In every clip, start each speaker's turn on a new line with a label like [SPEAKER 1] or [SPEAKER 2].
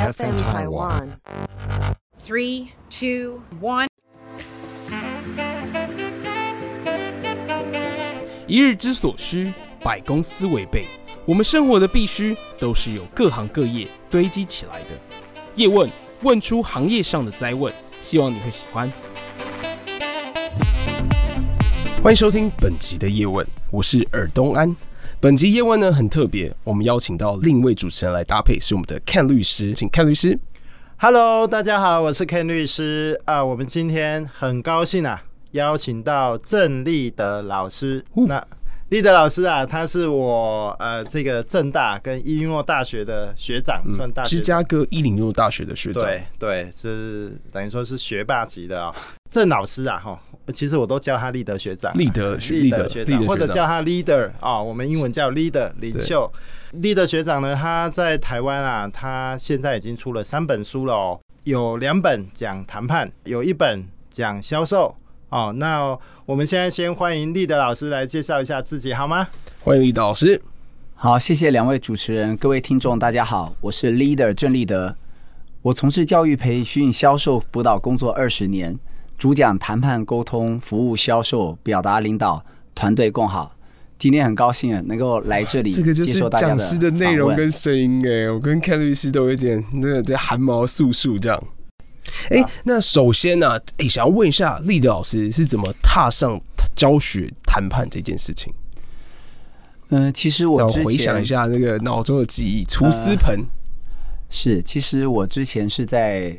[SPEAKER 1] FM Taiwan.
[SPEAKER 2] Three, two, one.
[SPEAKER 3] 一日之所需，百公司为备。我们生活的必须，都是由各行各业堆积起来的。叶问问出行业上的灾问，希望你会喜欢。欢迎收听本集的叶问，我是尔东安。本集叶问呢很特别，我们邀请到另一位主持人来搭配，是我们的 Ken 律师，请 Ken 律师。
[SPEAKER 4] Hello，大家好，我是 Ken 律师啊。我们今天很高兴啊，邀请到郑立德老师。那立德老师啊，他是我呃这个正大跟伊利诺大学的学长，算大学
[SPEAKER 3] 嗯芝加哥一零六大学的学长，
[SPEAKER 4] 对对，是等于说是学霸级的啊、 郑老师啊，哈，其实我都叫他立德学长啊，
[SPEAKER 3] 立德
[SPEAKER 4] 立德
[SPEAKER 3] 立德
[SPEAKER 4] 学
[SPEAKER 3] 立
[SPEAKER 4] 长，
[SPEAKER 3] 德
[SPEAKER 4] 或者
[SPEAKER 3] 学长
[SPEAKER 4] 叫他 leader 啊、我们英文叫 leader 领袖。立德学长呢，他在台湾啊，他现在已经出了三本书了哦，有两本讲谈判，有一本讲销售。哦，那我们现在先欢迎立德老师来介绍一下自己好吗？
[SPEAKER 3] 欢迎李导老师。
[SPEAKER 5] 好，谢谢两位主持人，各位听众，大家好，我是 Leader 郑立德，我从事教育培训、销售辅导工作二十年，主讲谈判、沟通、服务、销售、表达、领导、团队共好。今天很高兴能够来这里，
[SPEAKER 3] 这个就是
[SPEAKER 5] 接受大家
[SPEAKER 3] 讲师的内容跟声音哎、我跟 Ken 律师都有一点这个在汗毛竖竖这样。哎、那首先呢、啊，哎、想要问一下立德老师是怎么踏上教学谈判这件事情？
[SPEAKER 5] 嗯、呃其实我
[SPEAKER 3] 让
[SPEAKER 5] 之前嗯
[SPEAKER 3] 回想一下那个脑中的记忆，厨师盆、
[SPEAKER 5] 是，其实我之前是在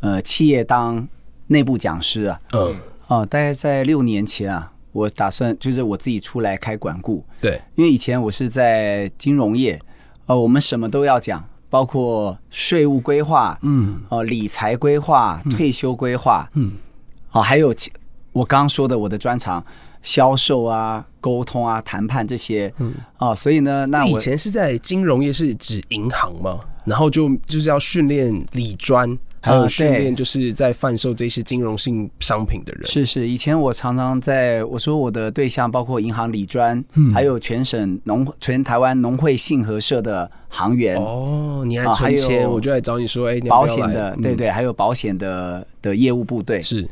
[SPEAKER 5] 呃企业当内部讲师啊，
[SPEAKER 3] 嗯，
[SPEAKER 5] 哦、大概在六年前啊，我打算就是我自己出来开管顾，
[SPEAKER 3] 对，
[SPEAKER 5] 因为以前我是在金融业，呃，我们什么都要讲，包括税务规划，嗯，哦、理财规划、
[SPEAKER 3] 嗯
[SPEAKER 5] 退休规划，嗯，哦、还有其我刚刚说的我的专长，销售啊、沟通啊、谈判这些，嗯，哦、所以呢，那
[SPEAKER 3] 那以
[SPEAKER 5] 我
[SPEAKER 3] 前是在金融业是指银行嘛，然后就就是要训练理专，还有
[SPEAKER 5] 啊
[SPEAKER 3] 训
[SPEAKER 5] 对
[SPEAKER 3] 练就是在贩售这些金融性商品的人。
[SPEAKER 5] 是是，以前我常常在我说我的对象包括银行理专，
[SPEAKER 3] 嗯
[SPEAKER 5] 还有全省农全台湾农会信合社的行员，
[SPEAKER 3] 哦，你还
[SPEAKER 5] 啊
[SPEAKER 3] 存
[SPEAKER 5] 还有
[SPEAKER 3] 钱，我就来找你说，哎、你要
[SPEAKER 5] 保
[SPEAKER 3] 不要
[SPEAKER 5] 险
[SPEAKER 3] 来
[SPEAKER 5] 的，
[SPEAKER 3] 嗯
[SPEAKER 5] 对对，还有保险的的业务部队
[SPEAKER 3] 是。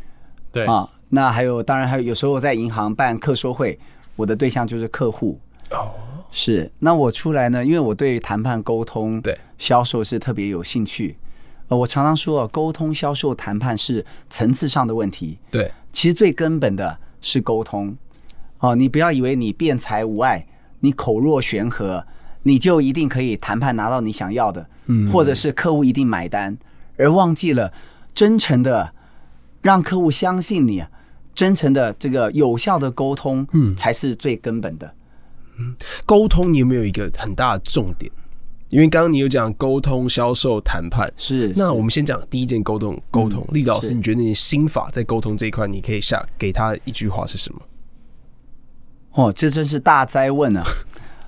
[SPEAKER 4] 对
[SPEAKER 5] 啊。那还有，当然还有，有时候在银行办客说会，我的对象就是客户。哦，是。那我出来呢，因为我对谈判、沟通、
[SPEAKER 3] 对
[SPEAKER 5] 销售是特别有兴趣。呃，我常常说啊，沟通、销售、谈判是层次上的问题，
[SPEAKER 3] 对，
[SPEAKER 5] 其实最根本的是沟通。哦，你不要以为你辩才无碍，你口若悬河，你就一定可以谈判拿到你想要的，嗯，或者是客户一定买单，而忘记了真诚的让客户相信你，真诚的这个有效的沟通，嗯，才是最根本的。
[SPEAKER 3] 沟通你有没有一个很大的重点？因为刚刚你有讲沟通、销售、谈判，
[SPEAKER 5] 是，
[SPEAKER 3] 那
[SPEAKER 5] 是
[SPEAKER 3] 我们先讲第一件沟通。沟通，栗子老师，
[SPEAKER 5] 是
[SPEAKER 3] 你觉得你的心法在沟通这一块，你可以下给他一句话是什么？
[SPEAKER 5] 哦，这真是大灾问啊！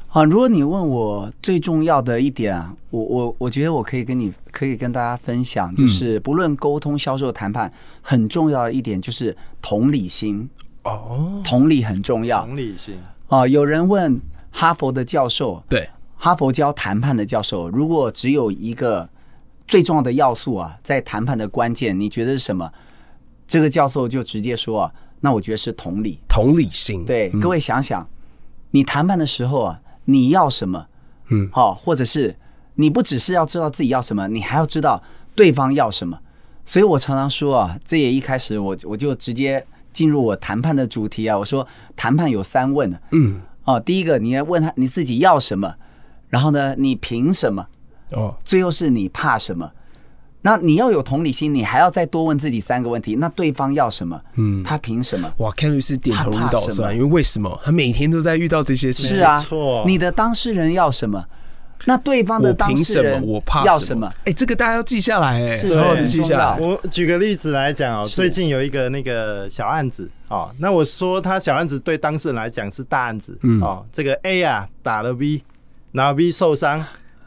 [SPEAKER 5] 啊，如果你问我最重要的一点啊，我我我觉得我可以跟你可以跟大家分享，就是不论沟通、销售、谈判，很重要的一点就是同理心，
[SPEAKER 3] 哦，
[SPEAKER 5] 同理很重要
[SPEAKER 4] 同理心，
[SPEAKER 5] 啊。有人问哈佛的教授，
[SPEAKER 3] 对，
[SPEAKER 5] 哈佛教谈判的教授，如果只有一个最重要的要素啊，在谈判的关键，你觉得是什么？这个教授就直接说啊，那我觉得是同理。
[SPEAKER 3] 同理心，，
[SPEAKER 5] 对，各位想想，你谈判的时候啊，你要什么？
[SPEAKER 3] 嗯
[SPEAKER 5] 好、或者是你不只是要知道自己要什么，你还要知道对方要什么。所以我常常说啊，这也一开始我我就直接进入我谈判的主题啊，我说谈判有三问啊
[SPEAKER 3] 嗯，
[SPEAKER 5] 哦，第一个你要问他你自己要什么，然后呢，你凭什么？
[SPEAKER 3] 哦，
[SPEAKER 5] 最后是你怕什么？那你要有同理心，你还要再多问自己三个问题。那对方要什么？嗯，他凭什么？
[SPEAKER 3] 哇，Ken 律师点头如捣
[SPEAKER 5] 他怕什么
[SPEAKER 3] 蒜，因为为什么他每天都在遇到这些事情？
[SPEAKER 5] 是啊
[SPEAKER 4] 错，
[SPEAKER 5] 你的当事人要什么？那对方
[SPEAKER 3] 我
[SPEAKER 5] 的当
[SPEAKER 3] 凭
[SPEAKER 5] 事
[SPEAKER 3] 什
[SPEAKER 5] 人
[SPEAKER 3] 么？我怕
[SPEAKER 5] 要
[SPEAKER 3] 什
[SPEAKER 5] 什
[SPEAKER 3] 么
[SPEAKER 5] 么？？
[SPEAKER 3] 哎，这个大家要记下来，哎，
[SPEAKER 5] 是
[SPEAKER 3] 好好地
[SPEAKER 5] 很
[SPEAKER 3] 记
[SPEAKER 5] 重
[SPEAKER 3] 下
[SPEAKER 5] 要
[SPEAKER 3] 来。
[SPEAKER 4] 我举个例子来讲哦，最近有一个那个小案子哦，那我说他小案子对当事人来讲是大案子，
[SPEAKER 3] 嗯
[SPEAKER 4] 哦，这个 A 啊打了 B，然后 B 受伤，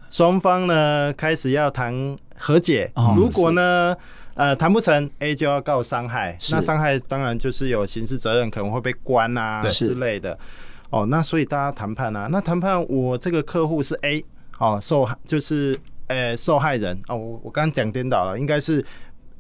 [SPEAKER 4] 双方呢开始要谈和解，
[SPEAKER 5] 哦
[SPEAKER 4] 如果呢。呃，谈不成，A 就要告伤害，
[SPEAKER 5] 是
[SPEAKER 4] 那伤害当然就是有刑事责任，可能会被关啊
[SPEAKER 3] 对
[SPEAKER 4] 之类的。哦，那所以大家谈判啊，那谈判我这个客户是 A，哦，受害就是呃受害人哦，我我刚刚讲颠倒了，应该是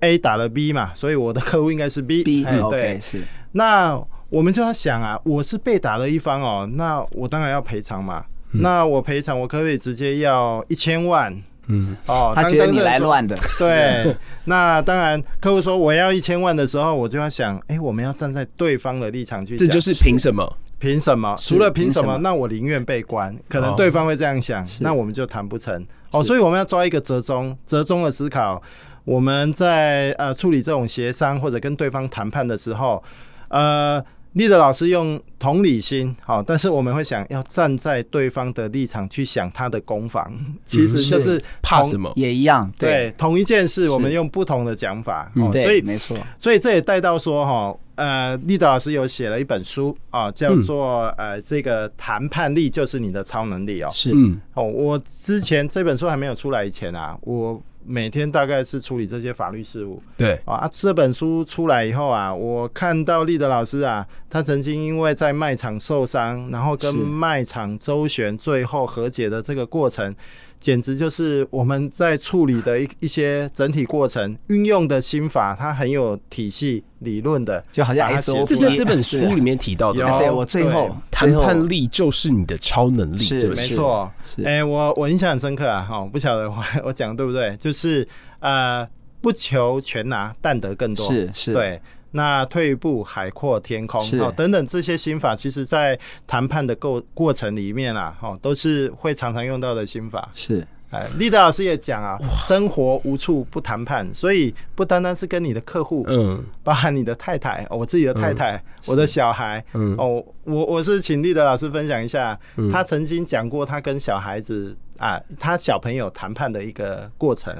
[SPEAKER 4] A 打了 B 嘛，所以我的客户应该是 B，,
[SPEAKER 5] B 嗯
[SPEAKER 4] 哎对
[SPEAKER 5] OK 是
[SPEAKER 4] 那我们就要想啊，我是被打的一方哦，那我当然要赔偿嘛。
[SPEAKER 5] 嗯
[SPEAKER 4] 那我赔偿，我可不可以直接要一千万？嗯，哦，
[SPEAKER 5] 他
[SPEAKER 4] 当
[SPEAKER 5] 觉得你
[SPEAKER 4] 当事人
[SPEAKER 5] 来
[SPEAKER 4] 说
[SPEAKER 5] 乱的，
[SPEAKER 4] 对，那当然，客户说我要一千万的时候，我就要想，哎、我们要站在对方的立场去
[SPEAKER 3] 这
[SPEAKER 4] 想，
[SPEAKER 3] 就是凭什么？
[SPEAKER 4] 凭什么？
[SPEAKER 5] 是
[SPEAKER 4] 除了凭什
[SPEAKER 5] 凭
[SPEAKER 4] 么
[SPEAKER 5] 什么，
[SPEAKER 4] 那我宁愿被关。可
[SPEAKER 3] 哦
[SPEAKER 4] 能对方会这样想，
[SPEAKER 5] 是
[SPEAKER 4] 那我们就谈不成。哦，所以我们要抓一个折中，折中的思考。我们在呃处理这种协商或者跟对方谈判的时候，呃，立德老师用同理心，好、但是我们会想要站在对方的立场去想他的攻防，其实就是是
[SPEAKER 3] 怕
[SPEAKER 4] 同
[SPEAKER 3] 什么？
[SPEAKER 5] 也一样，嗯
[SPEAKER 4] 对，同一件事，我们用不同的讲法，哦、
[SPEAKER 5] 对，
[SPEAKER 4] 所以
[SPEAKER 5] 没错，
[SPEAKER 4] 所以这也带到说哈，呃，立德老师有写了一本书啊，叫做、呃，这个谈判力就是你的超能力哦。
[SPEAKER 5] 是
[SPEAKER 3] 嗯，
[SPEAKER 4] 哦，我之前这本书还没有出来以前啊，我每天大概是处理这些法律事务
[SPEAKER 3] 对，
[SPEAKER 4] 啊。啊这本书出来以后啊，我看到立德老师啊，他曾经因为在卖场受伤，然后跟
[SPEAKER 5] 是
[SPEAKER 4] 卖场周旋，最后和解的这个过程。简直就是我们在处理的一一 些整体过程运用的心法，它很有体系理论的，
[SPEAKER 5] 就好像
[SPEAKER 4] 把它
[SPEAKER 5] SOP
[SPEAKER 3] 这
[SPEAKER 4] 写出
[SPEAKER 3] 在
[SPEAKER 4] 来
[SPEAKER 3] 这本书里面提到的
[SPEAKER 4] 有
[SPEAKER 5] 啊哎对我最后
[SPEAKER 3] 谈判
[SPEAKER 5] 力
[SPEAKER 3] 力就是你的超能力，
[SPEAKER 5] 是
[SPEAKER 3] 这本
[SPEAKER 4] 没
[SPEAKER 3] 书
[SPEAKER 4] 错，
[SPEAKER 5] 是
[SPEAKER 4] 哎、我我印象很深刻啊，哈、不晓得我 我讲对不对，就是呃，不求全拿，但得更多，
[SPEAKER 5] 是是
[SPEAKER 4] 对。那退一步，海阔天空
[SPEAKER 5] 是
[SPEAKER 4] 哦，等等这些心法，其实在谈判的过过程里面啊，哦，都是会常常用到的心法。
[SPEAKER 5] 是
[SPEAKER 4] 哎，立德老师也讲啊，生活无处不谈判，所以不单单是跟你的客户，
[SPEAKER 3] 嗯，
[SPEAKER 4] 包含你的太太，哦我自己的太
[SPEAKER 5] 嗯
[SPEAKER 4] 太，我的小孩，
[SPEAKER 3] 嗯
[SPEAKER 4] 哦，我我是请立德老师分享一下，
[SPEAKER 5] 嗯
[SPEAKER 4] 他曾经讲过他跟小孩子啊，他小朋友谈判的一个过程，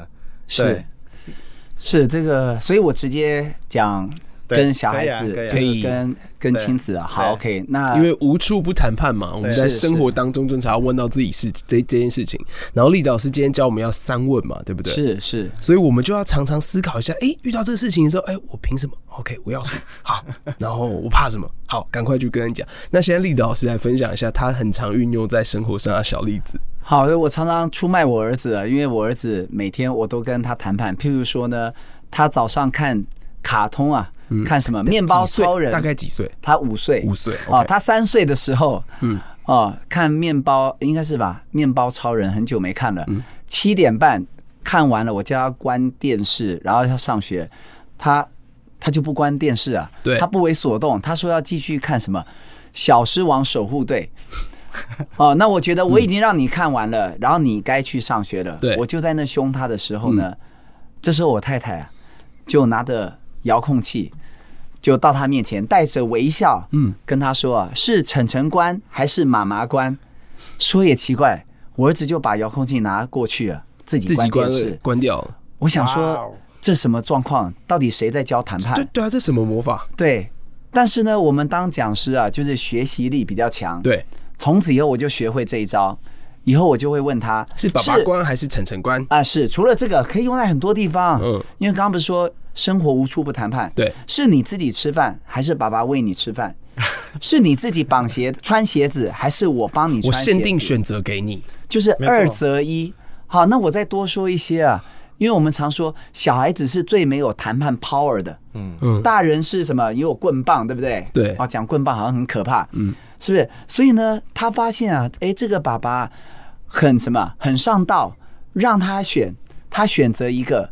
[SPEAKER 5] 是
[SPEAKER 4] 对
[SPEAKER 5] 是这个，所以我直接讲
[SPEAKER 4] 对
[SPEAKER 5] 跟小孩
[SPEAKER 4] 可以啊
[SPEAKER 5] 子
[SPEAKER 4] 可以啊
[SPEAKER 5] 就是
[SPEAKER 3] 可以
[SPEAKER 5] 跟跟
[SPEAKER 4] 对
[SPEAKER 5] 亲子啊，好 OK，那
[SPEAKER 3] 因为无处不谈判嘛，我们在
[SPEAKER 5] 是
[SPEAKER 3] 生活当中正常要问到自己是这这件事情。然后李导师今天教我们要三问嘛，对不对？。
[SPEAKER 5] 是是
[SPEAKER 3] 所以我们就要常常思考一下，哎、遇到这个事情的时候，哎、我凭什么？OK，我要什么？好，然后我怕什么？好，赶快去跟人讲。那现在立德老师来分享一下他很常运用在生活上的小例子。
[SPEAKER 5] 好的，我常常出卖我儿子啊，因为我儿子每天我都跟他谈判。譬如说呢，他早上看卡通啊，看什么面包
[SPEAKER 3] 嗯几岁
[SPEAKER 5] 超人，
[SPEAKER 3] 大概几岁？
[SPEAKER 5] 他五岁，
[SPEAKER 3] 五岁
[SPEAKER 5] 哦
[SPEAKER 3] OK，
[SPEAKER 5] 他三岁的时候，嗯，哦，看面包应该是吧，面包超人很久没看了，
[SPEAKER 3] 嗯
[SPEAKER 5] 七点半看完了，我叫他关电视，然后要上学，他他就不关电视啊，
[SPEAKER 3] 对
[SPEAKER 5] 他不为所动，他说要继续看什么《小狮王守护队》。 哦，那我觉得我已经让你看完了，然后你该去上学了。
[SPEAKER 3] 嗯对嗯
[SPEAKER 5] 我就在那凶他的时候呢，这时候我太太啊，就拿着遥控器，就到他面前，带着微笑，嗯，跟他说啊，是晨晨关还是妈妈关？说也奇怪，我儿子就把遥控器拿过去了，自己
[SPEAKER 3] 自己
[SPEAKER 5] 关
[SPEAKER 3] 关
[SPEAKER 5] 电
[SPEAKER 3] 了
[SPEAKER 5] 视。
[SPEAKER 3] 关掉了。
[SPEAKER 5] 我想
[SPEAKER 4] 哇
[SPEAKER 5] 说
[SPEAKER 4] 哦，
[SPEAKER 5] 这什么状况？到底谁在教谈判？
[SPEAKER 3] 对对啊，这什么魔法？
[SPEAKER 5] 对，但是呢，我们当讲师啊，就是学习力比较强。，
[SPEAKER 3] 对，
[SPEAKER 5] 从此以后我就学会这一招，以后我就会问他
[SPEAKER 3] 是爸爸关还是晨晨关？
[SPEAKER 5] 啊，是除了这个可以用在很多地方。
[SPEAKER 3] 嗯，
[SPEAKER 5] 因为刚刚不是说生活无处不谈判？
[SPEAKER 3] 对，
[SPEAKER 5] 是你自己吃饭，还是爸爸喂你吃饭？是你自己绑鞋穿鞋子，还是我帮你
[SPEAKER 3] 我
[SPEAKER 5] 穿鞋子？
[SPEAKER 3] 限定选择给你。
[SPEAKER 5] 就是
[SPEAKER 4] 没错
[SPEAKER 5] 二择一。好，那我再多说一些啊，因为我们常说小孩子是最没有谈判 power 的，嗯
[SPEAKER 3] 嗯
[SPEAKER 5] 大人是什么？也有棍棒，对不对？
[SPEAKER 3] 对
[SPEAKER 5] 哦，讲棍棒好像很可怕，嗯，是不是？所以呢，他发现啊，哎，这个爸爸很什么，很上道，让他选，他选择一个，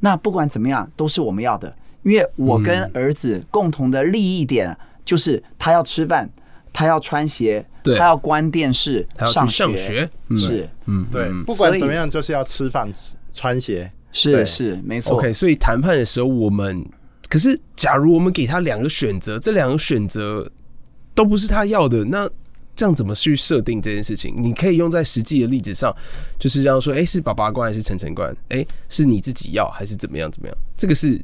[SPEAKER 5] 那不管怎么样都是我们要的，因为我跟儿子共同的利益点就是他要吃饭，他要穿鞋，
[SPEAKER 3] 对
[SPEAKER 5] 他要关电视，
[SPEAKER 3] 他要去上学嗯
[SPEAKER 5] 是
[SPEAKER 4] 对，不
[SPEAKER 5] 所
[SPEAKER 4] 管
[SPEAKER 5] 以
[SPEAKER 4] 怎么样，就是要吃饭穿鞋，
[SPEAKER 5] 是
[SPEAKER 4] 对
[SPEAKER 5] 是，没错。
[SPEAKER 3] OK，所以谈判的时候，我们可是假如我们给他两个选择，这两个选择都不是他要的，那这样怎么去设定这件事情？你可以用在实际的例子上，就是这样说：哎、是爸爸关还是晨晨关？哎、是你自己要还是怎么样怎么样？这个是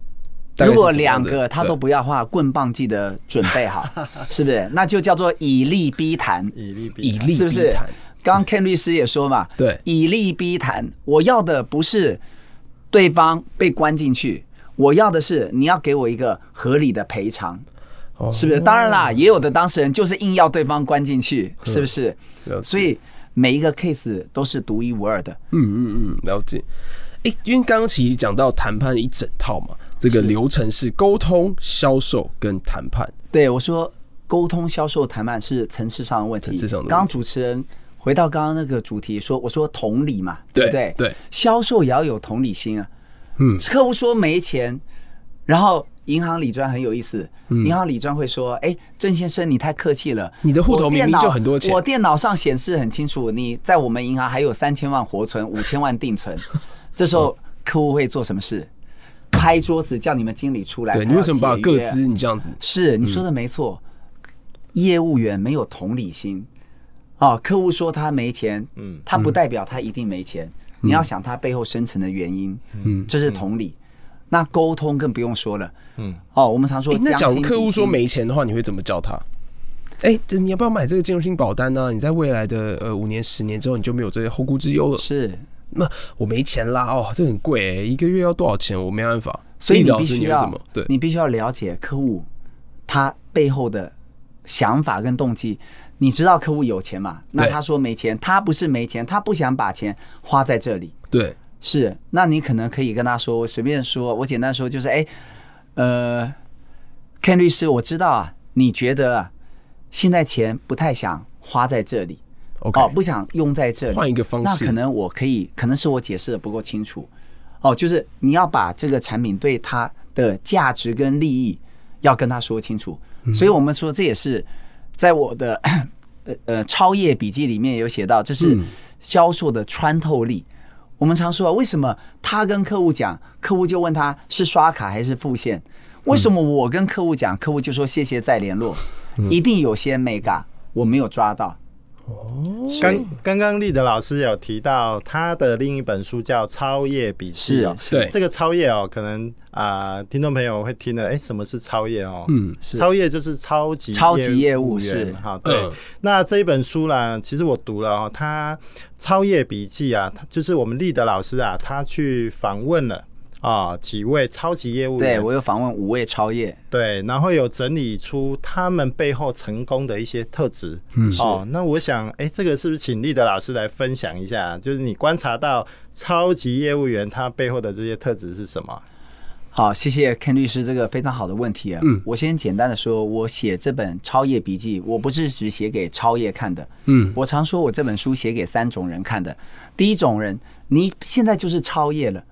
[SPEAKER 3] 大概
[SPEAKER 5] 如
[SPEAKER 3] 是
[SPEAKER 5] 果
[SPEAKER 3] 怎么
[SPEAKER 5] 两
[SPEAKER 3] 样的
[SPEAKER 5] 个他都
[SPEAKER 3] 对
[SPEAKER 5] 不要的话，棍棒记得准备好，是不是？那就叫做以利逼谈，
[SPEAKER 4] 以利弊
[SPEAKER 3] 以利
[SPEAKER 5] 是不
[SPEAKER 3] 避
[SPEAKER 5] 是
[SPEAKER 3] 谈，？
[SPEAKER 5] 刚刚 Ken 律师也说嘛，
[SPEAKER 3] 对
[SPEAKER 5] 以利逼谈，我要的不是对方被关进去，我要的是你要给我一个合理的赔偿，
[SPEAKER 3] 哦
[SPEAKER 5] 是不是？当然啦，也有的当事人就是硬要对方关进去，是不是
[SPEAKER 3] 了解？
[SPEAKER 5] 所以每一个 case 都是独一无二的。
[SPEAKER 3] 嗯嗯嗯，了解。哎、因为刚刚其实讲到谈判一整套嘛，这个流程是沟通、销售跟谈判。
[SPEAKER 5] 对我说，沟通、销售、谈判是层次上的问题。
[SPEAKER 3] 层次上的问题
[SPEAKER 5] 刚刚主持人回到刚刚那个主题，说我说同理嘛，
[SPEAKER 3] 对
[SPEAKER 5] 不对？
[SPEAKER 3] 对，
[SPEAKER 5] 销售也要有同理心啊。
[SPEAKER 3] 嗯，
[SPEAKER 5] 客户说没钱，然后银行理专很有意思，银行理专会说：“哎，郑先生，你太客气了，
[SPEAKER 3] 嗯你的户头
[SPEAKER 5] 我电
[SPEAKER 3] 明明就
[SPEAKER 5] 脑
[SPEAKER 3] 很多钱
[SPEAKER 5] 我电脑上显示很清楚，你在我们银行还有三千万活存，五千万定存。”这时
[SPEAKER 3] 哦
[SPEAKER 5] 候客户会做什么事？拍桌子叫你们经理出来。
[SPEAKER 3] 对
[SPEAKER 5] 他
[SPEAKER 3] 你
[SPEAKER 5] 要
[SPEAKER 3] 为什么把
[SPEAKER 5] 解
[SPEAKER 3] 各
[SPEAKER 5] 约啊
[SPEAKER 3] 资你这样子？
[SPEAKER 5] 是你
[SPEAKER 3] 嗯
[SPEAKER 5] 说的没错，业务员没有同理心哦。客户说他没钱，
[SPEAKER 4] 嗯
[SPEAKER 5] 他不代表他一定没钱，
[SPEAKER 3] 嗯
[SPEAKER 5] 你要想他背后深层的原因，嗯，这是同理。那沟通更不用说了，
[SPEAKER 4] 嗯，
[SPEAKER 5] 哦，我们常说
[SPEAKER 3] 诶那假
[SPEAKER 5] 将
[SPEAKER 3] 如
[SPEAKER 5] 心
[SPEAKER 3] 客户
[SPEAKER 5] 比
[SPEAKER 3] 说
[SPEAKER 5] 心，
[SPEAKER 3] 没钱的话，你会怎么叫他？哎、这你要不要买这个金融性保单啊呢、你在未来的呃五年、十年之后，你就没有这些后顾之忧了。
[SPEAKER 5] 是，
[SPEAKER 3] 那我没钱啦，哦，这很贵、诶一个月要多少钱？我没办法。
[SPEAKER 5] 所以
[SPEAKER 3] 李
[SPEAKER 5] 你
[SPEAKER 3] 老
[SPEAKER 5] 必
[SPEAKER 3] 师，
[SPEAKER 5] 须
[SPEAKER 3] 你有什
[SPEAKER 5] 要
[SPEAKER 3] 么？对，
[SPEAKER 5] 你必须要了解客户他背后的想法跟动机。你知道客户有钱嘛？那
[SPEAKER 3] 对
[SPEAKER 5] 他说没钱，他不是没钱，他不想把钱花在这里。
[SPEAKER 3] 对，
[SPEAKER 5] 是，那你可能可以跟他说，我随便说，我简单说就是，哎，呃，Ken 律师，我知道啊，你觉得啊现在钱不太想花在这里
[SPEAKER 3] OK
[SPEAKER 5] 哦，不想用在这里，
[SPEAKER 3] 换一个方式
[SPEAKER 5] 那可能我可以，可能是我解释的不够清楚，哦，就是你要把这个产品对它的价值跟利益要跟他说清楚，
[SPEAKER 3] 嗯
[SPEAKER 5] 所以我们说这也是在我的呃呃超业笔记里面有写到，这是
[SPEAKER 3] 嗯
[SPEAKER 5] 销售的穿透力。我们常说啊，为什么他跟客户讲，客户就问他是刷卡还是付现？为什么我跟客户讲，客户就说谢谢再联络？一定有些 mega 我没有抓到。哦
[SPEAKER 4] 刚刚刚丽的老师有提到他的另一本书叫《超越笔记》哦，
[SPEAKER 3] 对
[SPEAKER 4] 这个超越哦，可能啊、听众朋友会听的，哎，什么是超越哦？
[SPEAKER 3] 嗯，
[SPEAKER 5] 是
[SPEAKER 4] 超越就是超级
[SPEAKER 5] 超级业务
[SPEAKER 4] 员
[SPEAKER 5] 是
[SPEAKER 4] 好，对。
[SPEAKER 3] 嗯
[SPEAKER 4] 那这一本书呢，其实我读了哦，它《超越笔记》啊，它就是我们丽的老师啊，他去访问了啊、几位超级业务员，
[SPEAKER 5] 对我有访问五位超业，
[SPEAKER 4] 对，然后有整理出他们背后成功的一些特质。嗯，哦，那我想，哎，这个是不是请丽的老师来分享一下？就是你观察到超级业务员他背后的这些特质是什么？
[SPEAKER 5] 好，谢谢 Ken 律师这个非常好的问题啊。嗯，我先简单的说，我写这本《超业笔记》，我不是只写给超业看的。嗯，我常说我这本书写给三种人看的。第一种人，你现在就是超业了。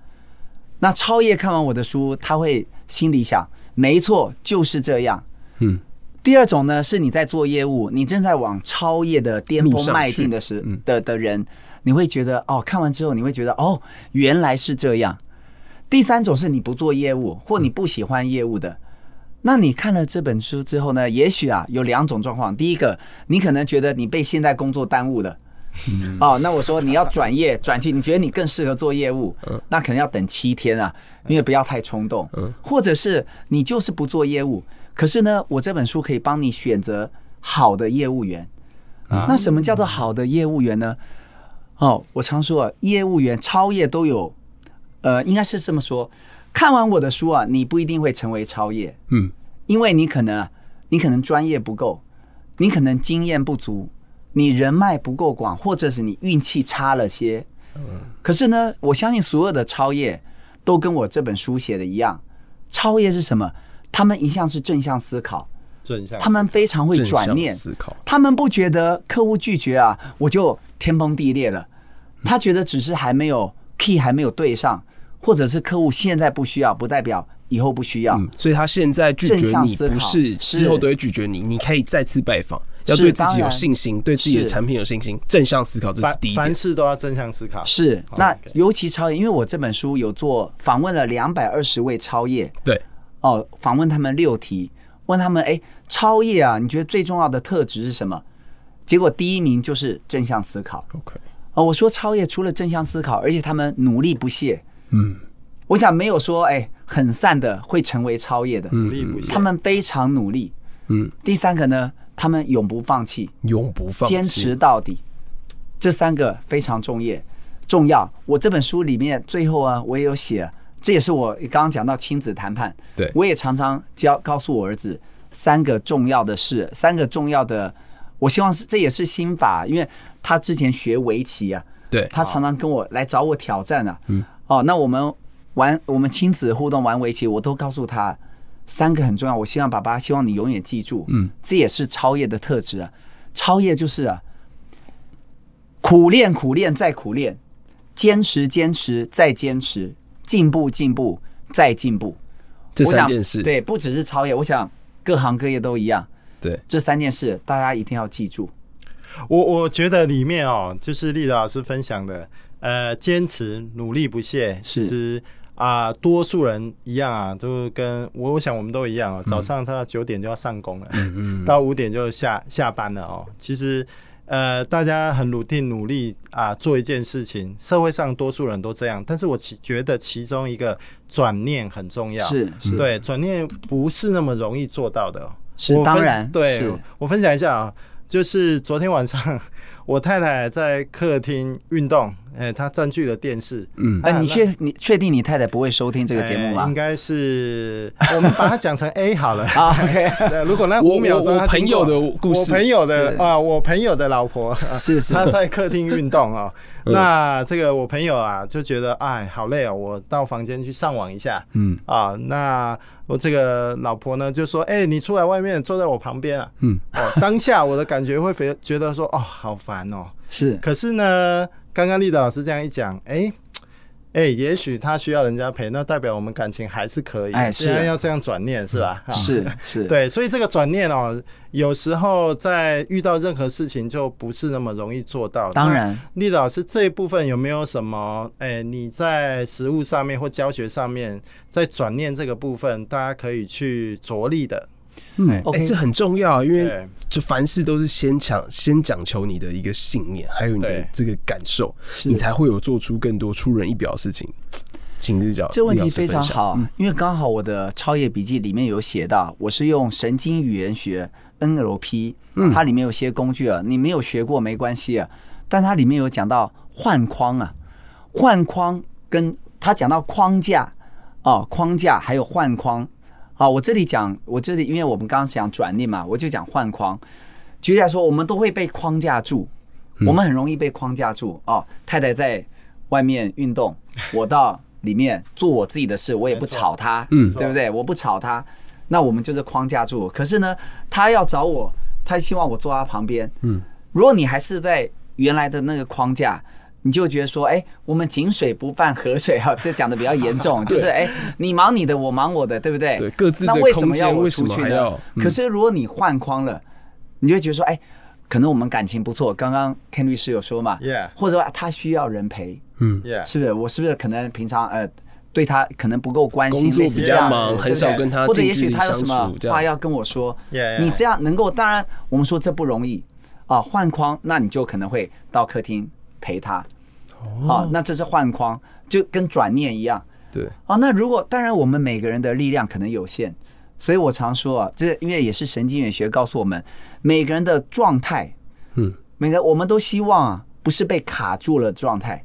[SPEAKER 5] 那超业看完我的书，他会心里想：没错，就是这样。
[SPEAKER 3] 嗯。
[SPEAKER 5] 第二种呢，是你在做业务，你正在往超业的巅
[SPEAKER 3] 路
[SPEAKER 5] 峰
[SPEAKER 3] 上
[SPEAKER 5] 迈
[SPEAKER 3] 去嗯
[SPEAKER 5] 进的时的的人，你会觉得哦，看完之后你会觉得哦，原来是这样。第三种是你不做业务或你不喜欢业务的。那你看了这本书之后呢？也许啊，有两种状况。第一个，你可能觉得你被现在工作耽误了，哦，那我说你要转业 转去，你觉得你更适合做业务，那可能要等七天啊，因为不要太冲动，或者是你就是不做业务，可是呢，我这本书可以帮你选择好的业务员。那什么叫做好的业务员呢？哦，我常说啊，业务员超业都有，呃，应该是这么说。看完我的书啊，你不一定会成为超业，
[SPEAKER 3] 嗯，
[SPEAKER 5] 因为你可能啊你可能专业不够，你可能经验不足，你人脉不够广，或者是你运气差了些。可是呢，我相信所有的超业都跟我这本书写的一样，超业是什么？他们一向是正向思考，
[SPEAKER 4] 正向
[SPEAKER 5] 他们非常会转
[SPEAKER 3] 正向
[SPEAKER 5] 念
[SPEAKER 3] 思考，
[SPEAKER 5] 他们不觉得客户拒绝啊，我就天崩地裂了。他觉得只是还没有 key 还没有对上，或者是客户现在不需要，不代表以后不需要。
[SPEAKER 3] 嗯，所以他现在拒绝
[SPEAKER 5] 正向
[SPEAKER 3] 你，
[SPEAKER 5] 思考
[SPEAKER 3] 不是
[SPEAKER 5] 是
[SPEAKER 3] 之后都会拒绝你，你可以再次拜访，要
[SPEAKER 5] 是
[SPEAKER 3] 对自
[SPEAKER 5] 当
[SPEAKER 3] 己有
[SPEAKER 5] 然
[SPEAKER 3] 信心，对自己的
[SPEAKER 5] 是
[SPEAKER 3] 产品有信心，正向思考，这
[SPEAKER 4] 凡
[SPEAKER 3] 是第一
[SPEAKER 4] 凡
[SPEAKER 3] 点。
[SPEAKER 4] 事都要正向思考。
[SPEAKER 5] 是，那
[SPEAKER 4] OK
[SPEAKER 5] 尤其超越，因为我这本书有做访问了两百二十位超越，
[SPEAKER 3] 对，
[SPEAKER 5] 哦，访问他们六题，问他们，哎，超越啊，你觉得最重要的特质是什么？结果第一名就是正向思考。
[SPEAKER 3] OK，
[SPEAKER 5] 哦，我说超越除了正向思考，而且他们努力不懈。嗯，我想没有说哎很散的会成为超越的，
[SPEAKER 4] 努力不懈
[SPEAKER 5] 他们非常努力。
[SPEAKER 3] 嗯，
[SPEAKER 5] 第三个呢，他们永不放弃，
[SPEAKER 3] 永不放弃，
[SPEAKER 5] 坚持到底，这三个非常重要。重要。我这本书里面最后啊，我也有写，这也是我刚刚讲到亲子谈判，
[SPEAKER 3] 对
[SPEAKER 5] 我也常常教告诉我儿子三个重要的事，三个重要的我希望是这也是心法，因为他之前学围棋啊，
[SPEAKER 3] 对，
[SPEAKER 5] 他常常跟我来找我挑战啊。嗯，哦，那我们玩我们亲子互动玩围棋，我都告诉他三个很重要，我希望爸爸希望你永远记住。嗯，这也是超越的特质啊。超越就是啊，苦练苦练再苦练，坚持坚持再坚持，进步进步再进步。
[SPEAKER 3] 这
[SPEAKER 5] 我
[SPEAKER 3] 三
[SPEAKER 5] 想
[SPEAKER 3] 件事，
[SPEAKER 5] 对，不只是超越，我想各行各业都一样，
[SPEAKER 3] 对
[SPEAKER 5] 这三件事大家一定要记住。
[SPEAKER 4] 我我觉得里面哦，就是丽的老师分享的，呃，坚持、努力、不懈，
[SPEAKER 5] 是
[SPEAKER 4] 其实啊、多数人一样啊，就跟我我想我们都一样
[SPEAKER 5] 嗯
[SPEAKER 4] 哦，早上到九点就要上工了，到五点就下下班了哦。其实呃，大家很努力努力啊、做一件事情，社会上多数人都这样，但是我其觉得其中一个转念很重要，
[SPEAKER 5] 是是
[SPEAKER 4] 对，转念不是那么容易做到的哦、
[SPEAKER 5] 是，
[SPEAKER 4] 我分
[SPEAKER 5] 当然
[SPEAKER 4] 对
[SPEAKER 5] 是，
[SPEAKER 4] 我分享一下啊，就是昨天晚上 我太太在客厅运动，哎、她占据了电视，嗯
[SPEAKER 5] 哎，你确你确定你太太不会收听这个节目吗
[SPEAKER 3] 哎
[SPEAKER 4] 应？该是我们把它讲成 A 好了。
[SPEAKER 5] 啊，OK，
[SPEAKER 4] 对，如果那
[SPEAKER 3] 我
[SPEAKER 4] 五秒
[SPEAKER 3] 我
[SPEAKER 4] 钟
[SPEAKER 3] 我
[SPEAKER 4] 她听
[SPEAKER 3] 朋友
[SPEAKER 4] 过
[SPEAKER 3] 的故事
[SPEAKER 4] 我朋友的
[SPEAKER 5] 是
[SPEAKER 4] 啊，我朋友的老婆，
[SPEAKER 5] 是是嗯
[SPEAKER 4] 她在客厅运动 哦。那这个我朋友啊就觉得哎好累哦，我到房间去上网一下。
[SPEAKER 3] 嗯
[SPEAKER 4] 啊，那我这个老婆呢就说：“哎、你出来外面坐在我旁边啊。”
[SPEAKER 3] 嗯，
[SPEAKER 4] 哦，当下我的感觉会觉觉得说：“哦，好烦哦。
[SPEAKER 5] 是”
[SPEAKER 4] 可是呢，刚刚丽的老师这样一讲，哎、哎、也许他需要人家陪，那代表我们感情还是可以。
[SPEAKER 5] 哎是嗯
[SPEAKER 4] 现在要这样转念是吧？啊
[SPEAKER 5] 是是，
[SPEAKER 4] 对，所以这个转念哦，有时候在遇到任何事情就不是那么容易做到。
[SPEAKER 5] 当然
[SPEAKER 4] 那，丽老师这一部分有没有什么？哎，你在实物上面或教学上面，在转念这个部分，大家可以去着力的。
[SPEAKER 3] 嗯，哎，
[SPEAKER 5] OK
[SPEAKER 3] 这很重要，因为
[SPEAKER 4] 对
[SPEAKER 3] 就凡事都是先讲先讲求你的一个信念，还有你的
[SPEAKER 4] 对
[SPEAKER 3] 这个感受，你才会有做出更多出人意表的事情。请李角，
[SPEAKER 5] 这问
[SPEAKER 3] 李
[SPEAKER 5] 题
[SPEAKER 3] 老师
[SPEAKER 5] 非常
[SPEAKER 3] 分享，
[SPEAKER 5] 好，因为刚好我的超越笔记里面有写到，我是用神经语言学 NLP，它里面有些工具啊，你没有学过没关系啊，但它里面有讲到换框啊，换框跟它讲到框架哦，框架还有换框啊，我这里讲，我这里因为我们刚刚讲转念嘛，我就讲换框。举例来说，我们都会被框架住，
[SPEAKER 3] 嗯
[SPEAKER 5] 我们很容易被框架住哦。太太在外面 运动，我到里面做我自己的事，我也不吵她，嗯，对不对？我不吵她，那我们就是框架住。可是呢，她要找我，她希望我坐她旁边，嗯。如果你还是在原来的那个框架，你就觉得说，哎、我们井水不犯河水啊，这讲的比较严 重，就是哎、你忙你的，我忙我的，对不对？
[SPEAKER 3] 对各自的
[SPEAKER 5] 那为什么要
[SPEAKER 3] 空间
[SPEAKER 5] 我
[SPEAKER 3] 为什
[SPEAKER 5] 出
[SPEAKER 3] 么
[SPEAKER 5] 去
[SPEAKER 3] 还
[SPEAKER 5] 呢
[SPEAKER 3] 要？嗯
[SPEAKER 5] 可是如果你换框了，你就会觉得说，哎、可能我们感情不错，刚刚 Ken 律师有说嘛
[SPEAKER 4] Yeah
[SPEAKER 5] 或者说啊他需要人陪，
[SPEAKER 3] 嗯
[SPEAKER 4] Yeah，
[SPEAKER 5] 是不是？我是不是可能平常呃对他可能不够关心，
[SPEAKER 3] 工作
[SPEAKER 5] 类似
[SPEAKER 3] 比
[SPEAKER 5] 这
[SPEAKER 3] 较
[SPEAKER 5] 样
[SPEAKER 3] 忙
[SPEAKER 5] 子对
[SPEAKER 3] 很少
[SPEAKER 5] 不对
[SPEAKER 3] 跟他
[SPEAKER 5] 或者
[SPEAKER 3] 近
[SPEAKER 5] 也
[SPEAKER 3] 距
[SPEAKER 5] 许
[SPEAKER 3] 离
[SPEAKER 5] 他有
[SPEAKER 3] 相
[SPEAKER 5] 什么
[SPEAKER 3] 处这样
[SPEAKER 5] 话要跟我说
[SPEAKER 4] Yeah, yeah.，
[SPEAKER 5] 你这样能够，当然我们说这不容易啊，换框，那你就可能会到客厅陪他，
[SPEAKER 3] 哦
[SPEAKER 5] 啊，那这是换框，就跟转念一样。
[SPEAKER 3] 对，
[SPEAKER 5] 哦，那如果当然，我们每个人的力量可能有限，所以我常说啊，这因为也是神经元学告诉我们，每个人的状态，
[SPEAKER 3] 嗯，
[SPEAKER 5] 每个我们都希望啊，不是被卡住了状态，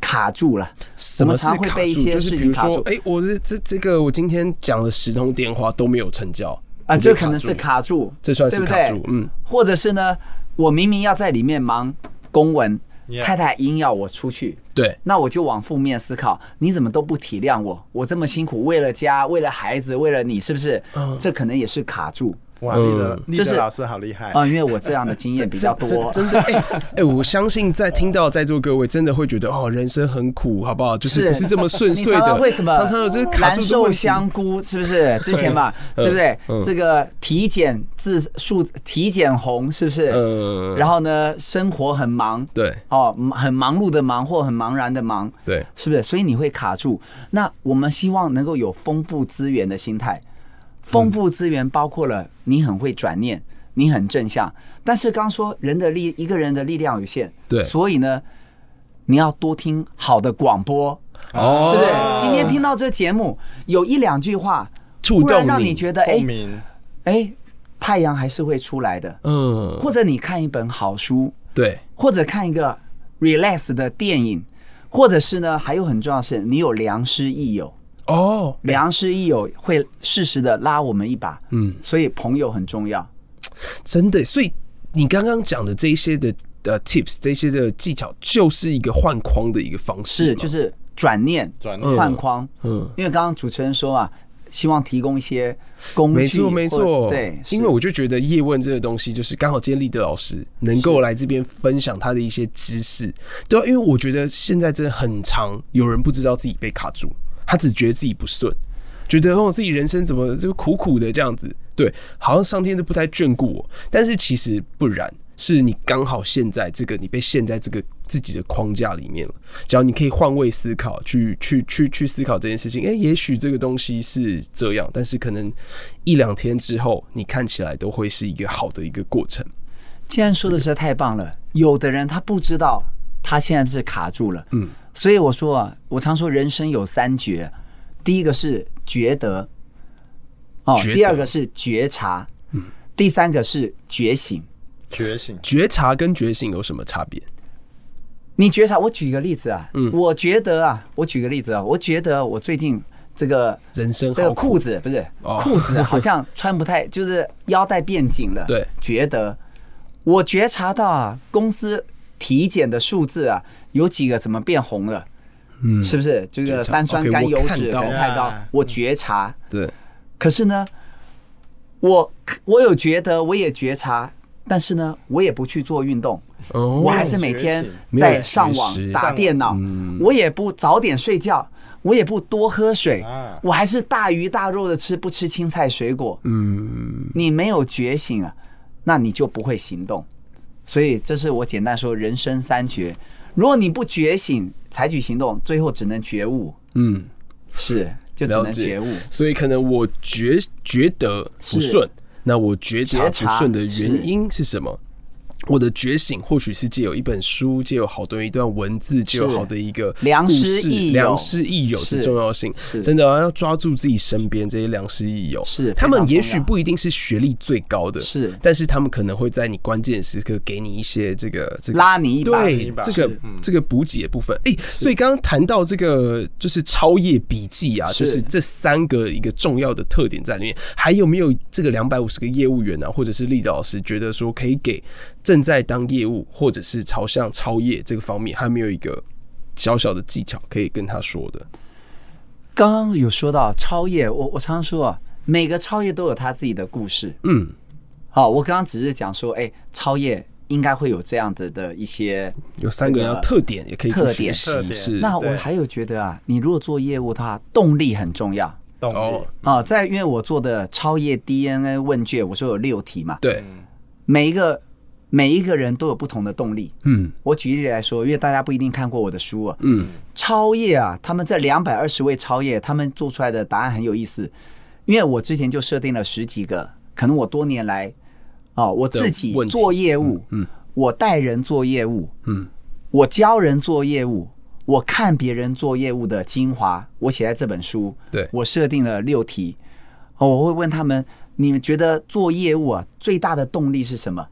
[SPEAKER 5] 卡住了，
[SPEAKER 3] 什么是
[SPEAKER 5] 我们常
[SPEAKER 3] 卡
[SPEAKER 5] 会被一
[SPEAKER 3] 住？
[SPEAKER 5] 些
[SPEAKER 3] 就是
[SPEAKER 5] 事
[SPEAKER 3] 比如
[SPEAKER 5] 情卡
[SPEAKER 3] 说
[SPEAKER 5] 住，
[SPEAKER 3] 哎，我这这这个，我今天讲了十通电话都没有成交
[SPEAKER 5] 啊，
[SPEAKER 3] 你被
[SPEAKER 5] 这可能
[SPEAKER 3] 住
[SPEAKER 5] 是卡住，
[SPEAKER 3] 这算是
[SPEAKER 5] 对不
[SPEAKER 3] 卡
[SPEAKER 5] 对
[SPEAKER 3] 住嗯，
[SPEAKER 5] 或者是呢，我明明要在里面忙公文
[SPEAKER 4] Yeah
[SPEAKER 5] 太太硬要我出去，
[SPEAKER 3] 对，
[SPEAKER 5] 那我就往负面思考，你怎么都不体谅我？我这么辛苦，为了家，为了孩子，为了你，是不是？这可能也是卡住
[SPEAKER 4] 哇，丽的
[SPEAKER 3] 嗯
[SPEAKER 4] 丽
[SPEAKER 5] 就是
[SPEAKER 4] 的老师好厉害
[SPEAKER 5] 啊、。因为我这样的经 验比较
[SPEAKER 3] 真
[SPEAKER 5] 多。
[SPEAKER 3] 真的哎哎、我相信在听到在座各位真的会觉得哦，人生很苦，好不好？就是
[SPEAKER 5] 是
[SPEAKER 3] 不是这么顺
[SPEAKER 5] 你
[SPEAKER 3] 遂
[SPEAKER 5] 常
[SPEAKER 3] 的，
[SPEAKER 5] 常为什么
[SPEAKER 3] 常常有这个卡
[SPEAKER 5] 蓝
[SPEAKER 3] 住的
[SPEAKER 5] 瘦
[SPEAKER 3] 问题。
[SPEAKER 5] 香菇是不是？之前嘛，
[SPEAKER 3] 嗯
[SPEAKER 5] 对不对
[SPEAKER 3] 嗯？
[SPEAKER 5] 这个体检字数体检红是不是？
[SPEAKER 3] 呃，
[SPEAKER 5] 然后呢，生活很忙，
[SPEAKER 3] 对
[SPEAKER 5] 哦，很忙碌的忙或很茫然的忙，
[SPEAKER 3] 对，
[SPEAKER 5] 是不是？所以你会卡住。那我们希望能够有丰富资源的心态，丰富资源包括了你很会转念，你很正向。但是刚说人的力，一个人的力量有限，
[SPEAKER 3] 对
[SPEAKER 5] 所以呢，你要多听好的广播，
[SPEAKER 3] 哦，
[SPEAKER 5] 啊是不是？今天听到这节目有一两句话，
[SPEAKER 3] 触
[SPEAKER 5] 忽然
[SPEAKER 3] 动
[SPEAKER 5] 让
[SPEAKER 3] 你
[SPEAKER 5] 你觉得，哎
[SPEAKER 4] 透明，
[SPEAKER 5] 哎，太阳还是会出来的。
[SPEAKER 3] 嗯，
[SPEAKER 5] 或者你看一本好书，
[SPEAKER 3] 对，
[SPEAKER 5] 或者看一个 relax 的电影，或者是呢，还有很重要的是，你有良师益友，
[SPEAKER 3] 哦，
[SPEAKER 5] 良师益友会适时的拉我们一把，嗯，所以朋友很重要，
[SPEAKER 3] 真的，所以你刚刚讲的这一些的呃 tips，这些的技巧，就是一个换框的一个方式
[SPEAKER 5] 是
[SPEAKER 3] 嘛，
[SPEAKER 5] 就是转念
[SPEAKER 4] 转念
[SPEAKER 5] 换框，
[SPEAKER 3] 嗯，
[SPEAKER 5] 因为刚刚主持人说啊，希望提供一些工具，
[SPEAKER 3] 没错没
[SPEAKER 5] 或
[SPEAKER 3] 错，
[SPEAKER 5] 对，
[SPEAKER 3] 因为我就觉得叶问这个东西，就是刚好今天立德老师能够来这边分享他的一些知识，对、啊，因为我觉得现在真的很长，有人不知道自己被卡住，他只觉得自己不顺，觉得哦自己人生怎么就苦苦的这样子，对，好像上天都不太眷顾我，但是其实不然。是你刚好现在这个，你被陷在这个自己的框架里面了。只要你可以换位思考，去去去去思考这件事情，诶、也许这个东西是这样，但是可能一两天之后，你看起来都会是一个好的一个过程。
[SPEAKER 5] 既然说的实在太棒了，有的人他不知道他现在是卡住了，嗯，所以我说啊，我常说人生有三绝，第一个是觉得，哦，
[SPEAKER 3] 觉得
[SPEAKER 5] 第二个是觉察，嗯，第三个是觉醒。
[SPEAKER 4] 觉醒，
[SPEAKER 3] 觉察跟觉醒有什么差别？
[SPEAKER 5] 你觉察，我举个例子啊，嗯，我觉得啊，我举个例子啊，我觉得我最近这个
[SPEAKER 3] 人生
[SPEAKER 5] 这个
[SPEAKER 3] 好
[SPEAKER 5] 裤子不是
[SPEAKER 3] 哦
[SPEAKER 5] 裤子好像穿不太，就是腰带变紧了。
[SPEAKER 3] 对
[SPEAKER 5] 觉得我觉察到啊，公司体检的数字啊，有几个怎么变红了？嗯，是不是这个
[SPEAKER 3] 察
[SPEAKER 5] 三酸
[SPEAKER 3] OK，
[SPEAKER 5] 甘
[SPEAKER 3] 我
[SPEAKER 5] 油
[SPEAKER 3] 看
[SPEAKER 5] 脂可
[SPEAKER 3] 到
[SPEAKER 5] 能太高
[SPEAKER 4] 啊？
[SPEAKER 5] 我觉察，
[SPEAKER 3] 对，
[SPEAKER 5] 可是呢，我我有觉得，我也觉察，但是呢，我也不去做运动。
[SPEAKER 3] 哦，
[SPEAKER 5] 我还是每天
[SPEAKER 3] 没有
[SPEAKER 5] 在上网
[SPEAKER 3] 学习嗯
[SPEAKER 5] 打电脑，我也不早点睡觉，我也不多喝水
[SPEAKER 4] 啊，
[SPEAKER 5] 我还是大鱼大肉的吃，不吃青菜水果。
[SPEAKER 3] 嗯，
[SPEAKER 5] 你没有觉醒啊，那你就不会行动。所以这是我简单说人生三绝。如果你不觉醒，采取行动，最后只能觉悟。
[SPEAKER 3] 嗯，
[SPEAKER 5] 是，就只
[SPEAKER 3] 了
[SPEAKER 5] 能
[SPEAKER 3] 解
[SPEAKER 5] 觉悟。
[SPEAKER 3] 所以可能我觉觉得不顺
[SPEAKER 5] 是，
[SPEAKER 3] 那我觉察
[SPEAKER 5] 觉
[SPEAKER 3] 不
[SPEAKER 5] 察
[SPEAKER 3] 顺的原因是什么？我的觉醒或许是借由一本书，借由好的一段文字，借由好的一个
[SPEAKER 5] 良
[SPEAKER 3] 故
[SPEAKER 5] 师
[SPEAKER 3] 事
[SPEAKER 5] 益友
[SPEAKER 3] 良师益友
[SPEAKER 5] 是
[SPEAKER 3] 之重要性，
[SPEAKER 5] 是
[SPEAKER 3] 真的啊要抓住自己身边这些良师益友。
[SPEAKER 5] 是
[SPEAKER 3] 他
[SPEAKER 5] 非
[SPEAKER 3] 们
[SPEAKER 5] 常
[SPEAKER 3] 也
[SPEAKER 5] 重
[SPEAKER 3] 许
[SPEAKER 5] 要
[SPEAKER 3] 不一定是学历最高的，
[SPEAKER 5] 是
[SPEAKER 3] 但是他们可能会在你关键时刻给你一些这个这个
[SPEAKER 5] 拉你一把
[SPEAKER 3] 对
[SPEAKER 4] 把
[SPEAKER 3] 这个
[SPEAKER 4] 是嗯
[SPEAKER 3] 这个补给的部分。哎、所以刚刚谈到这个就是超越笔记啊，
[SPEAKER 5] 是
[SPEAKER 3] 就是这三个一个重要的特点在里面。还有没有这个两百五十个业务员啊，或者是立德老师觉得说可以给正在当业务或者是朝向超越这个方面，还有没有一个小小的技巧可以跟他说的？
[SPEAKER 5] 刚刚有说到超越，我我常常说啊，每个超越都有他自己的故事。
[SPEAKER 3] 嗯，
[SPEAKER 5] 好，我刚刚只是讲说，哎，超越应该会有这样的的一些。
[SPEAKER 3] 有三个要特点，也可以去
[SPEAKER 5] 特
[SPEAKER 3] 学
[SPEAKER 5] 点
[SPEAKER 4] 特
[SPEAKER 3] 习
[SPEAKER 4] 点
[SPEAKER 3] 是。
[SPEAKER 5] 那我
[SPEAKER 4] 对
[SPEAKER 5] 还有觉得啊，你如果做业务的话，动力很重要
[SPEAKER 4] 动力
[SPEAKER 3] 哦，
[SPEAKER 5] 啊。在因为我做的超越 DNA 问卷，我说有六题嘛，
[SPEAKER 3] 对，
[SPEAKER 5] 每一个每一个人都有不同的动力。
[SPEAKER 3] 嗯
[SPEAKER 5] 我举例来说，因为大家不一定看过我的书啊，嗯，超越啊，他们这两百二十位超越，他们做出来的答案很有意思，因为我之前就设定了十几个，可能我多年来，哦，我自己
[SPEAKER 3] 的问题
[SPEAKER 5] 做业务，嗯，我带人做业务，嗯，我教人做业务，我看别人做业务的精华，我写在这本书，
[SPEAKER 3] 对
[SPEAKER 5] 我设定了六题，哦，我会问他们，你们觉得做业务啊最大的动力是什么？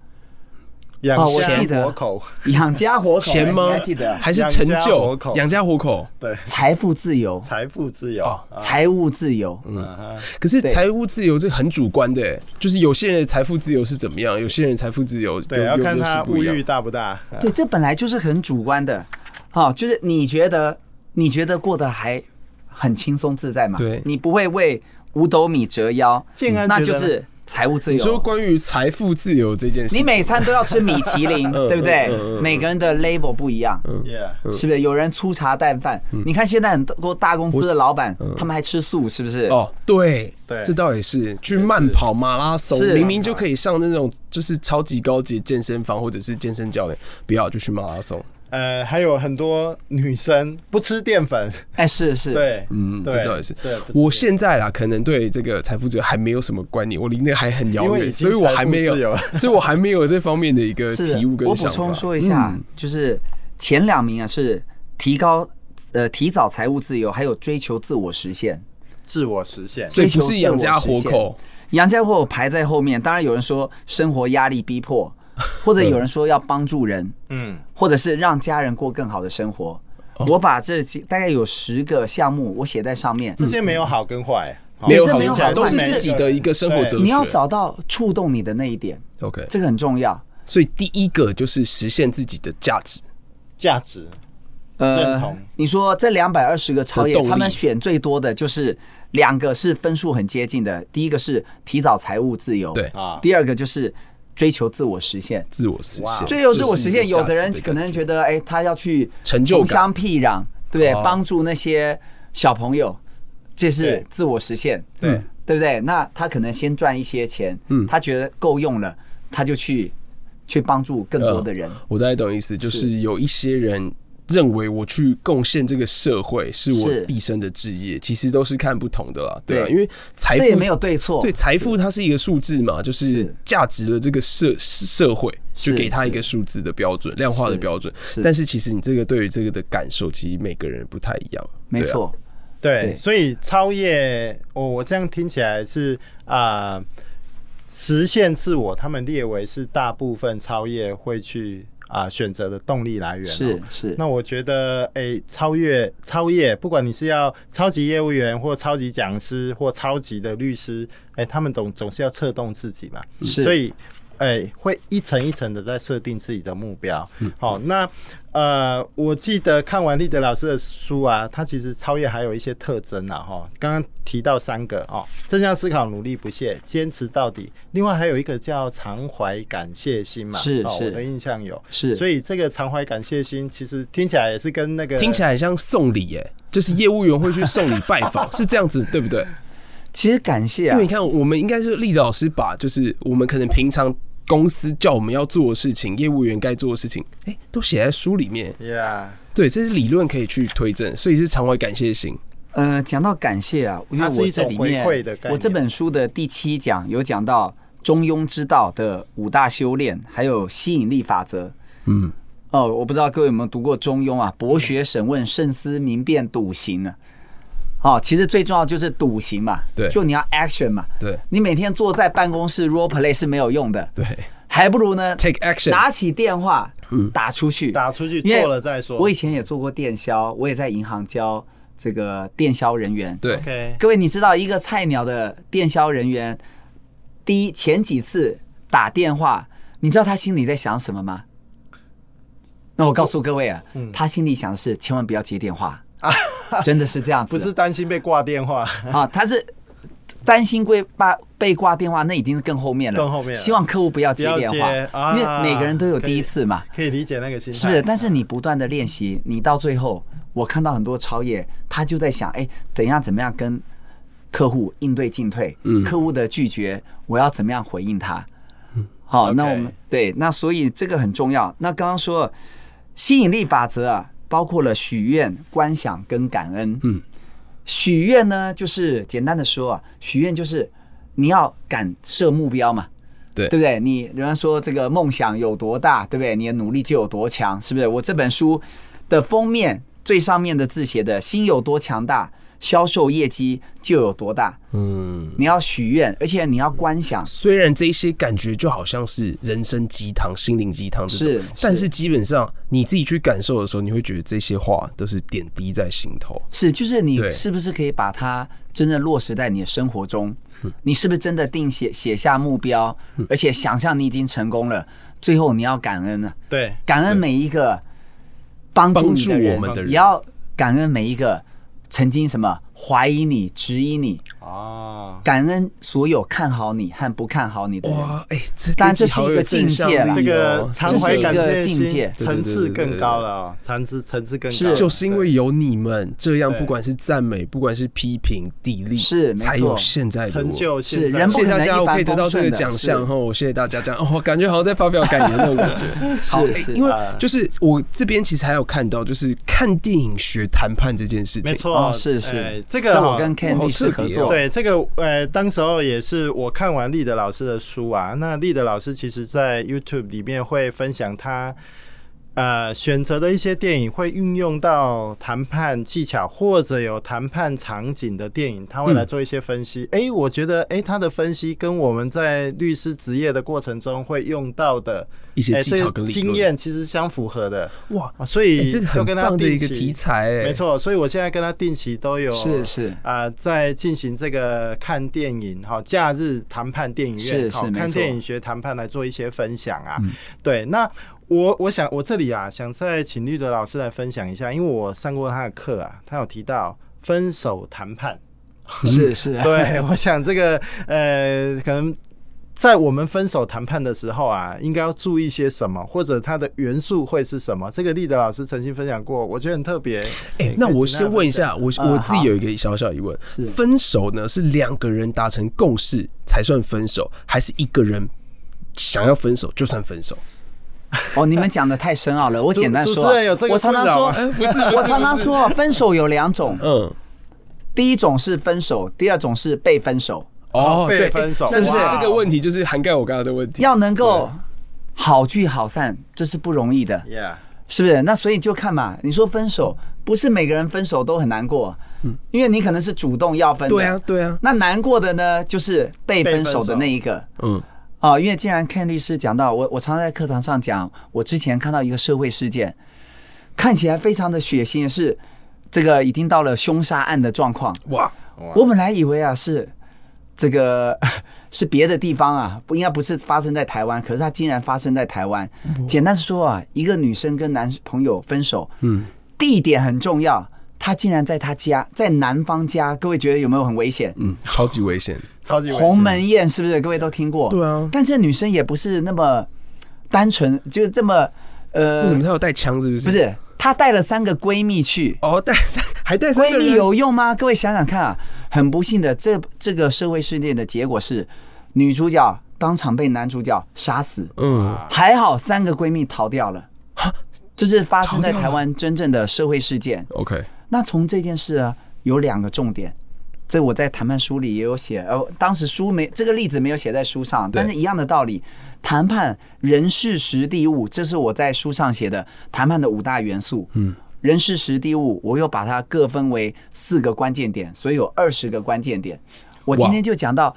[SPEAKER 4] 养
[SPEAKER 5] 哦我
[SPEAKER 4] 家
[SPEAKER 5] 记得
[SPEAKER 4] 活口，
[SPEAKER 5] 养家活口，哎
[SPEAKER 3] 钱
[SPEAKER 5] 你
[SPEAKER 3] 吗
[SPEAKER 5] 还记得？
[SPEAKER 3] 还是成
[SPEAKER 4] 养家
[SPEAKER 3] 就
[SPEAKER 4] 活口
[SPEAKER 3] 养家糊口？
[SPEAKER 4] 对，
[SPEAKER 5] 财富自由，
[SPEAKER 4] 财富自由，
[SPEAKER 3] 哦
[SPEAKER 5] 财务自由，
[SPEAKER 4] 嗯
[SPEAKER 3] 可是
[SPEAKER 5] 对
[SPEAKER 3] 财务自由这很主观的欸，就是有些人的财富自由是怎么样，有些人财富自由
[SPEAKER 4] 对，
[SPEAKER 3] 又
[SPEAKER 4] 要
[SPEAKER 3] 又
[SPEAKER 4] 看
[SPEAKER 3] 又
[SPEAKER 4] 他
[SPEAKER 3] 是不
[SPEAKER 4] 物
[SPEAKER 3] 一样
[SPEAKER 4] 欲。大不大。
[SPEAKER 5] 对，这本来就是很主观的，好、就是你觉得你觉得过得还很轻松自在嘛？
[SPEAKER 3] 对
[SPEAKER 5] 你不会为五斗米折腰，
[SPEAKER 4] 建安
[SPEAKER 5] 那
[SPEAKER 4] 觉
[SPEAKER 5] 就
[SPEAKER 4] 得呢
[SPEAKER 5] 是财务自
[SPEAKER 3] 你说
[SPEAKER 5] 由。
[SPEAKER 3] 关于财富自由这件事，
[SPEAKER 5] 你每餐都要吃米其林，对不对
[SPEAKER 3] 嗯嗯嗯？嗯
[SPEAKER 5] 每个人的 label 不一样，
[SPEAKER 4] Yeah，
[SPEAKER 5] 是不是？有人粗茶淡饭，
[SPEAKER 3] 嗯
[SPEAKER 5] 你看现在很多大公司的老板，他们还吃素，是不是？
[SPEAKER 3] 哦，对，
[SPEAKER 4] 对
[SPEAKER 3] 这倒也是去慢跑马拉松，
[SPEAKER 5] 是啊
[SPEAKER 3] 明明就可以上那种就是超级高级健身房或者是健身教练，不要就去马拉松，
[SPEAKER 4] 呃，还有很多女生不吃淀粉，
[SPEAKER 5] 哎，是是，
[SPEAKER 4] 对，
[SPEAKER 3] 嗯，
[SPEAKER 4] 对
[SPEAKER 3] 这倒也是
[SPEAKER 4] 对不吃。淀
[SPEAKER 3] 我
[SPEAKER 4] 粉
[SPEAKER 3] 现在啦，可能对这个财富自由还没有什么观念，我离那个还很遥
[SPEAKER 4] 因为
[SPEAKER 3] 远，
[SPEAKER 4] 已经
[SPEAKER 3] 所以我还没有
[SPEAKER 4] 财富自由了，
[SPEAKER 3] 所以我还没有这方面的一个
[SPEAKER 5] 是
[SPEAKER 3] 呃
[SPEAKER 5] 啊
[SPEAKER 3] 体悟跟
[SPEAKER 5] 我
[SPEAKER 3] 想法。嗯
[SPEAKER 5] 补充说一下，就是前两名啊是提高呃提早财务自由，还有追求自我实现。
[SPEAKER 4] 自我实现，
[SPEAKER 3] 所以不是养家活
[SPEAKER 5] 追求自
[SPEAKER 3] 口
[SPEAKER 5] 我，杨家货排在后面，当然有人说生活压力逼迫，或者有人说要帮助人，
[SPEAKER 4] 嗯，
[SPEAKER 5] 或者是让家人过更好的生活。
[SPEAKER 3] 哦
[SPEAKER 5] 我把这几大概有十个项目，我写在上
[SPEAKER 3] 嗯
[SPEAKER 5] 面。
[SPEAKER 4] 这些没有好跟坏，哦
[SPEAKER 3] 没有
[SPEAKER 5] 这没有
[SPEAKER 3] 好
[SPEAKER 5] 好
[SPEAKER 3] 都是
[SPEAKER 5] 坏
[SPEAKER 3] 自己的一个生活
[SPEAKER 4] 对
[SPEAKER 3] 哲学。
[SPEAKER 5] 你要找到触动你的那一点，
[SPEAKER 3] OK，
[SPEAKER 5] 这个很重要。
[SPEAKER 3] 所以第一个就是实现自己的价值。
[SPEAKER 4] 价值
[SPEAKER 3] 呃
[SPEAKER 4] 认同
[SPEAKER 5] 你说这两百二十个超
[SPEAKER 3] 的
[SPEAKER 5] 越
[SPEAKER 3] 动，力
[SPEAKER 5] 他们选最多的就是两个是分数很接近的，第一个是提早财务自由，
[SPEAKER 3] 对
[SPEAKER 4] 啊
[SPEAKER 5] 第二个就是追求自我实现。
[SPEAKER 3] 自我实
[SPEAKER 4] 哇
[SPEAKER 3] 现，
[SPEAKER 5] 追求自我实现，
[SPEAKER 3] 这是一
[SPEAKER 5] 有
[SPEAKER 3] 个
[SPEAKER 5] 的
[SPEAKER 3] 价值
[SPEAKER 5] 人
[SPEAKER 3] 的
[SPEAKER 5] 可
[SPEAKER 3] 感
[SPEAKER 5] 能觉得，哎，他要去
[SPEAKER 3] 成就
[SPEAKER 5] 同
[SPEAKER 3] 感
[SPEAKER 5] 乡僻壤，对
[SPEAKER 3] 哦，
[SPEAKER 5] 帮助那些小朋友，这是
[SPEAKER 4] 对
[SPEAKER 5] 自我实现，
[SPEAKER 4] 对
[SPEAKER 5] 对不对？那他可能先赚一些钱，嗯，他觉得够用了，他就去去帮助更多的人，
[SPEAKER 3] 我大概懂意思，就是有一些人认为我去贡献这个社会是我
[SPEAKER 5] 是
[SPEAKER 3] 毕生的志业，其实都是看不同的啦，对啊，
[SPEAKER 5] 对
[SPEAKER 3] 因为财
[SPEAKER 5] 这也
[SPEAKER 3] 富
[SPEAKER 5] 没有对错，
[SPEAKER 3] 对财富它是一个数字嘛，就是
[SPEAKER 5] 是
[SPEAKER 3] 价值了这个社社会，就是给它一个数字的标准，量化的
[SPEAKER 5] 是
[SPEAKER 3] 标准。
[SPEAKER 5] 是
[SPEAKER 3] 但是其实你这个对于这个的感受，其实每个人不太一样，
[SPEAKER 5] 没
[SPEAKER 3] 对啊
[SPEAKER 5] 错，
[SPEAKER 4] 对，
[SPEAKER 5] 对
[SPEAKER 4] 所以超越我、我这样听起来是啊、实现自我，他们列为是大部分超越会去啊、选择的动力来源、哦。
[SPEAKER 5] 是是，
[SPEAKER 4] 那我觉得，诶，超越超越，不管你是要超级业务员或超级讲师或超级的律师，诶，他们总总是要策动自己嘛，
[SPEAKER 5] 嗯是
[SPEAKER 4] 所以，诶，会一层一层的在设定自己的目标。
[SPEAKER 5] 嗯
[SPEAKER 4] 好、那呃，我记得看完立德老师的书啊，他其实超越还有一些特征啊，哈、刚刚提到三个哦，正向思考、努力不懈、坚持到底，另外还有一个叫常怀感谢心嘛，
[SPEAKER 5] 是
[SPEAKER 4] 哦，
[SPEAKER 5] 是
[SPEAKER 4] 我的印象有。
[SPEAKER 5] 是，
[SPEAKER 4] 所以这个常怀感谢心，其实听起来也是跟那 个
[SPEAKER 3] 听起来很像送礼耶、就是业务员会去送礼拜访， 是这样子对不对？
[SPEAKER 5] 其实感谢
[SPEAKER 3] 因
[SPEAKER 5] 啊
[SPEAKER 3] 为你，看，我们应该是立的老师把，就是我们可能平常公司叫我们要做的事情，业务员该做的事情，哎、都写在书里面。
[SPEAKER 4] ，Yeah，
[SPEAKER 3] 对，这是理论可以去推证，所以是常怀感谢型。
[SPEAKER 5] 呃，讲到感谢啊，因为
[SPEAKER 4] 它是
[SPEAKER 5] 我
[SPEAKER 4] 一
[SPEAKER 5] 这
[SPEAKER 4] 种
[SPEAKER 5] 里面
[SPEAKER 4] 回馈的概念
[SPEAKER 5] 我这本书的第七讲有讲到《中庸之道》的五大修炼，还有吸引力法则。
[SPEAKER 3] 嗯，
[SPEAKER 5] 哦，我不知道各位有没有读过《中庸》
[SPEAKER 4] 嗯
[SPEAKER 5] 啊？博学、审问、慎思、明辨、笃行呢、啊？哦，其实最重要就是笃行嘛，
[SPEAKER 3] 对
[SPEAKER 5] 就你要 action 嘛，
[SPEAKER 3] 对
[SPEAKER 5] 你每天坐在办公室 role play 是没有用的，
[SPEAKER 3] 对
[SPEAKER 5] 还不如呢
[SPEAKER 3] ，take action。嗯
[SPEAKER 5] 拿起电话打出去，
[SPEAKER 4] 打出去
[SPEAKER 5] 因为
[SPEAKER 4] 做了再说。
[SPEAKER 5] 我以前也做过电销，我也在银行教这个电销人员。
[SPEAKER 3] 对
[SPEAKER 4] OK，
[SPEAKER 5] 各位，你知道一个菜鸟的电销人员，第一前几次打电话，你知道他心里在想什么吗？那我告诉各位啊，
[SPEAKER 4] 嗯
[SPEAKER 5] 他心里想的是千万不要接电 话啊，真的是这样子
[SPEAKER 4] 不
[SPEAKER 5] 的，
[SPEAKER 4] 是担心被挂电话，
[SPEAKER 5] 啊，他是担心被挂被挂电话，那已经是更后面了，
[SPEAKER 4] 更后面了
[SPEAKER 5] 希望客户不要接
[SPEAKER 4] 不要
[SPEAKER 5] 电话
[SPEAKER 4] 接，啊
[SPEAKER 5] 因为每个人都有第一次嘛，
[SPEAKER 4] 可以理解那个心态。
[SPEAKER 5] 是不是？但是你不断的练习，你到最后，我看到很多超越，他就在想，哎，怎样怎么样跟客户应对进退，
[SPEAKER 4] 嗯
[SPEAKER 5] 客户的拒绝，我要怎么样回应他？好，那我
[SPEAKER 4] 嗯 OK
[SPEAKER 5] 们对，那所以这个很重要。那刚刚说吸引力法则啊，包括了许愿、观想跟感恩。嗯，许愿呢，就是简单的说啊，许愿就是你要敢设目标嘛。
[SPEAKER 3] 对
[SPEAKER 5] 对不对？你人家说这个梦想有多大，对不对？你的努力就有多强，是不是？我这本书的封面最上面的字写的“心有多强大，销售业绩就有多大”。
[SPEAKER 3] 嗯，
[SPEAKER 5] 你要许愿，而且你要观想，
[SPEAKER 3] 虽然这些感觉就好像是人生鸡汤、心灵鸡汤这
[SPEAKER 5] 是
[SPEAKER 3] 种
[SPEAKER 5] 是，
[SPEAKER 3] 但是基本上你自己去感受的时候，你会觉得这些话都是点滴在心头。
[SPEAKER 5] 是，就是
[SPEAKER 3] 对
[SPEAKER 5] 你是不是可以把它真正落实在你的生活中？
[SPEAKER 3] 嗯
[SPEAKER 5] 你是不是真的定写写下目标，而且想象你已经成功了，最后你要感恩呢？
[SPEAKER 4] 对，
[SPEAKER 5] 感恩每一个帮助你的
[SPEAKER 3] 帮助我
[SPEAKER 5] 人哦
[SPEAKER 3] 们的人
[SPEAKER 5] 也要感恩每一个曾经什么怀疑你、质疑你，
[SPEAKER 4] 哦，
[SPEAKER 5] 感恩所有看好你和不看好你的人。
[SPEAKER 3] 哇，哎、这
[SPEAKER 5] 当然
[SPEAKER 3] 集
[SPEAKER 5] 这是
[SPEAKER 3] 好
[SPEAKER 5] 一
[SPEAKER 3] 有
[SPEAKER 5] 个
[SPEAKER 3] 正
[SPEAKER 5] 境
[SPEAKER 3] 向
[SPEAKER 5] 界啦
[SPEAKER 3] 力
[SPEAKER 4] 这个
[SPEAKER 3] 哦
[SPEAKER 4] 常
[SPEAKER 5] 这
[SPEAKER 4] 怀
[SPEAKER 5] 是一
[SPEAKER 4] 感
[SPEAKER 5] 个
[SPEAKER 4] 谢
[SPEAKER 5] 境界
[SPEAKER 4] 心
[SPEAKER 3] 对对
[SPEAKER 4] 层
[SPEAKER 3] 对
[SPEAKER 4] 次
[SPEAKER 3] 对
[SPEAKER 4] 更
[SPEAKER 3] 对
[SPEAKER 4] 高了哦，层次层次更
[SPEAKER 5] 是
[SPEAKER 4] 高了，
[SPEAKER 3] 就是因
[SPEAKER 4] 对
[SPEAKER 3] 为有你们这样，
[SPEAKER 4] 对
[SPEAKER 3] 不管是赞美，不管是批评、砥砺，
[SPEAKER 5] 是没错
[SPEAKER 3] 才有现在的
[SPEAKER 4] 成
[SPEAKER 3] 我。
[SPEAKER 4] 就现
[SPEAKER 5] 是
[SPEAKER 4] 在
[SPEAKER 5] 人不
[SPEAKER 3] 谢谢大
[SPEAKER 5] 可能
[SPEAKER 3] 家，
[SPEAKER 5] 一
[SPEAKER 3] 我
[SPEAKER 5] 帆
[SPEAKER 3] 可以得到这
[SPEAKER 5] 风顺
[SPEAKER 3] 个
[SPEAKER 5] 的
[SPEAKER 3] 奖
[SPEAKER 5] 是
[SPEAKER 3] 项哦！谢谢大家，这样哦，我感觉好像在发表感言那种感觉。 好
[SPEAKER 5] 是
[SPEAKER 3] 哎
[SPEAKER 5] 是，
[SPEAKER 3] 因为
[SPEAKER 4] 呃
[SPEAKER 3] 就是我这边其实还有看到，就是看电影学谈判这件事情，
[SPEAKER 4] 没错、
[SPEAKER 5] 哦，是
[SPEAKER 4] 哎
[SPEAKER 5] 是，
[SPEAKER 4] 这个
[SPEAKER 5] 我
[SPEAKER 4] 哦
[SPEAKER 5] 跟
[SPEAKER 3] 好
[SPEAKER 5] Candy
[SPEAKER 3] 特
[SPEAKER 5] 是合
[SPEAKER 3] 别哦
[SPEAKER 5] 作，
[SPEAKER 4] 对，这个呃，当时候也是我看完立德老师的书啊。那立德老师其实在 YouTube 里面会分享他呃选择的一些电影会运用到谈判技巧，或者有谈判场景的电影，他会来做一些分析。
[SPEAKER 3] 嗯
[SPEAKER 4] 诶，我觉得诶，他的分析跟我们在律师职业的过程中会用到的
[SPEAKER 3] 一些
[SPEAKER 4] 诶
[SPEAKER 3] 技巧
[SPEAKER 4] 这
[SPEAKER 3] 跟
[SPEAKER 4] 个
[SPEAKER 3] 理论
[SPEAKER 4] 经验其实相符合的。
[SPEAKER 3] 哇，
[SPEAKER 4] 啊所以
[SPEAKER 3] 哎这个
[SPEAKER 4] 就
[SPEAKER 3] 很
[SPEAKER 4] 跟他
[SPEAKER 3] 棒的
[SPEAKER 4] 定
[SPEAKER 3] 一个
[SPEAKER 4] 期
[SPEAKER 3] 题材、哎，
[SPEAKER 4] 没，错，所以我现在跟他定期都有
[SPEAKER 5] 是是
[SPEAKER 4] 啊、在进行这个看电影哈，假日谈判电影
[SPEAKER 5] 是
[SPEAKER 4] 院
[SPEAKER 5] 是
[SPEAKER 4] 哈，
[SPEAKER 5] 没
[SPEAKER 4] 看
[SPEAKER 5] 错嗯
[SPEAKER 4] 电影学谈判来做一些分享啊。对，那我我想我这里啊，想再请绿的老师来分享一下，因为我上过他的课啊，他有提到分手谈 判。
[SPEAKER 5] 是是，
[SPEAKER 4] 对，我想这个呃，可能在我们分手谈判的时候啊，应该要注意些什么，或者它的元素会是什么？这个丽德老师曾经分享过，我觉得很特别。
[SPEAKER 3] 哎、
[SPEAKER 4] 诶
[SPEAKER 3] 那
[SPEAKER 4] 可以
[SPEAKER 3] 我
[SPEAKER 4] 请
[SPEAKER 3] 先
[SPEAKER 4] 他
[SPEAKER 3] 问一
[SPEAKER 4] 分享
[SPEAKER 3] 下，我
[SPEAKER 5] 啊
[SPEAKER 3] 我自己
[SPEAKER 5] 好
[SPEAKER 3] 有一个小小疑问：
[SPEAKER 5] 是
[SPEAKER 3] 分手呢是两个人达成共识才算分手，还是一个人想要分手就算分手？
[SPEAKER 5] 哦，你们讲的太深奥了，我
[SPEAKER 4] 主
[SPEAKER 5] 简单
[SPEAKER 4] 主
[SPEAKER 5] 说
[SPEAKER 4] 持人有这
[SPEAKER 5] 啊，
[SPEAKER 4] 个
[SPEAKER 5] 我常常
[SPEAKER 4] 困扰
[SPEAKER 5] 说
[SPEAKER 4] 吗，
[SPEAKER 3] 不是
[SPEAKER 5] 我常常说，分手有两种，
[SPEAKER 3] 嗯，
[SPEAKER 5] 第一种是分手，第二种是被分手。
[SPEAKER 3] 哦，
[SPEAKER 4] 被
[SPEAKER 3] 对，
[SPEAKER 4] 分手
[SPEAKER 3] 是不是
[SPEAKER 4] 哇
[SPEAKER 3] 这个问题就是涵盖我刚刚的问题？
[SPEAKER 5] 要能够好聚好散，这是不容易的，
[SPEAKER 4] ，Yeah，
[SPEAKER 5] 是不是？那所以就看嘛，你说分手，不是每个人分手都很难过，因为你可能是主动要分
[SPEAKER 3] 嗯
[SPEAKER 5] 的，
[SPEAKER 3] 对啊，对啊，
[SPEAKER 5] 那难过的呢，就是被
[SPEAKER 4] 被
[SPEAKER 5] 分
[SPEAKER 4] 分
[SPEAKER 5] 手的
[SPEAKER 4] 手
[SPEAKER 5] 那一个。
[SPEAKER 3] 嗯，
[SPEAKER 5] 哦，因为既然 Ken 律师讲到，我我常在课堂上讲，我之前看到一个社会事件，看起来非常的血腥，是这个已经到了凶杀案的状况。
[SPEAKER 3] 哇，
[SPEAKER 5] 我本来以为啊是这个 是别的地方啊，不应该不是发生在台湾，可是它竟然发生在台湾。
[SPEAKER 3] 嗯
[SPEAKER 5] 简单说啊，一个女生跟男朋友分手，嗯，地点很重要，她竟然在她家，在男方家，各位觉得有没有很危险？
[SPEAKER 3] 嗯，超级危险，
[SPEAKER 4] 超级危险
[SPEAKER 5] 鸿门宴是不是？各位都听过？
[SPEAKER 3] 对啊
[SPEAKER 5] 但这女生也不是那么单纯，就是这么呃
[SPEAKER 3] 为什，么他有带枪？是不是？
[SPEAKER 5] 不，是她带了三个闺蜜去。
[SPEAKER 3] 哦，带三还带三
[SPEAKER 5] 闺
[SPEAKER 3] 个
[SPEAKER 5] 蜜
[SPEAKER 3] 人，
[SPEAKER 5] 有用吗？各位想想看啊，很不幸的，这这个社会事件的结果是，女主角当场被男主角杀死。
[SPEAKER 3] 嗯，
[SPEAKER 5] 还好三个闺蜜逃掉了，就是发生在
[SPEAKER 3] 逃掉
[SPEAKER 5] 台
[SPEAKER 3] 了
[SPEAKER 5] 湾真正的社会事件。
[SPEAKER 3] OK，
[SPEAKER 5] 那从这件事啊，有两个重点，这我在谈判书里也有写，呃，当时书没这个例子没有写在书上，但是一样的道理，谈判人事实地物，这是我在书上写的谈判的五大元素。嗯。人事实地物，我又把它各分为四个关键点，所以有二十个关键点。我今
[SPEAKER 3] 哇
[SPEAKER 5] 天就讲到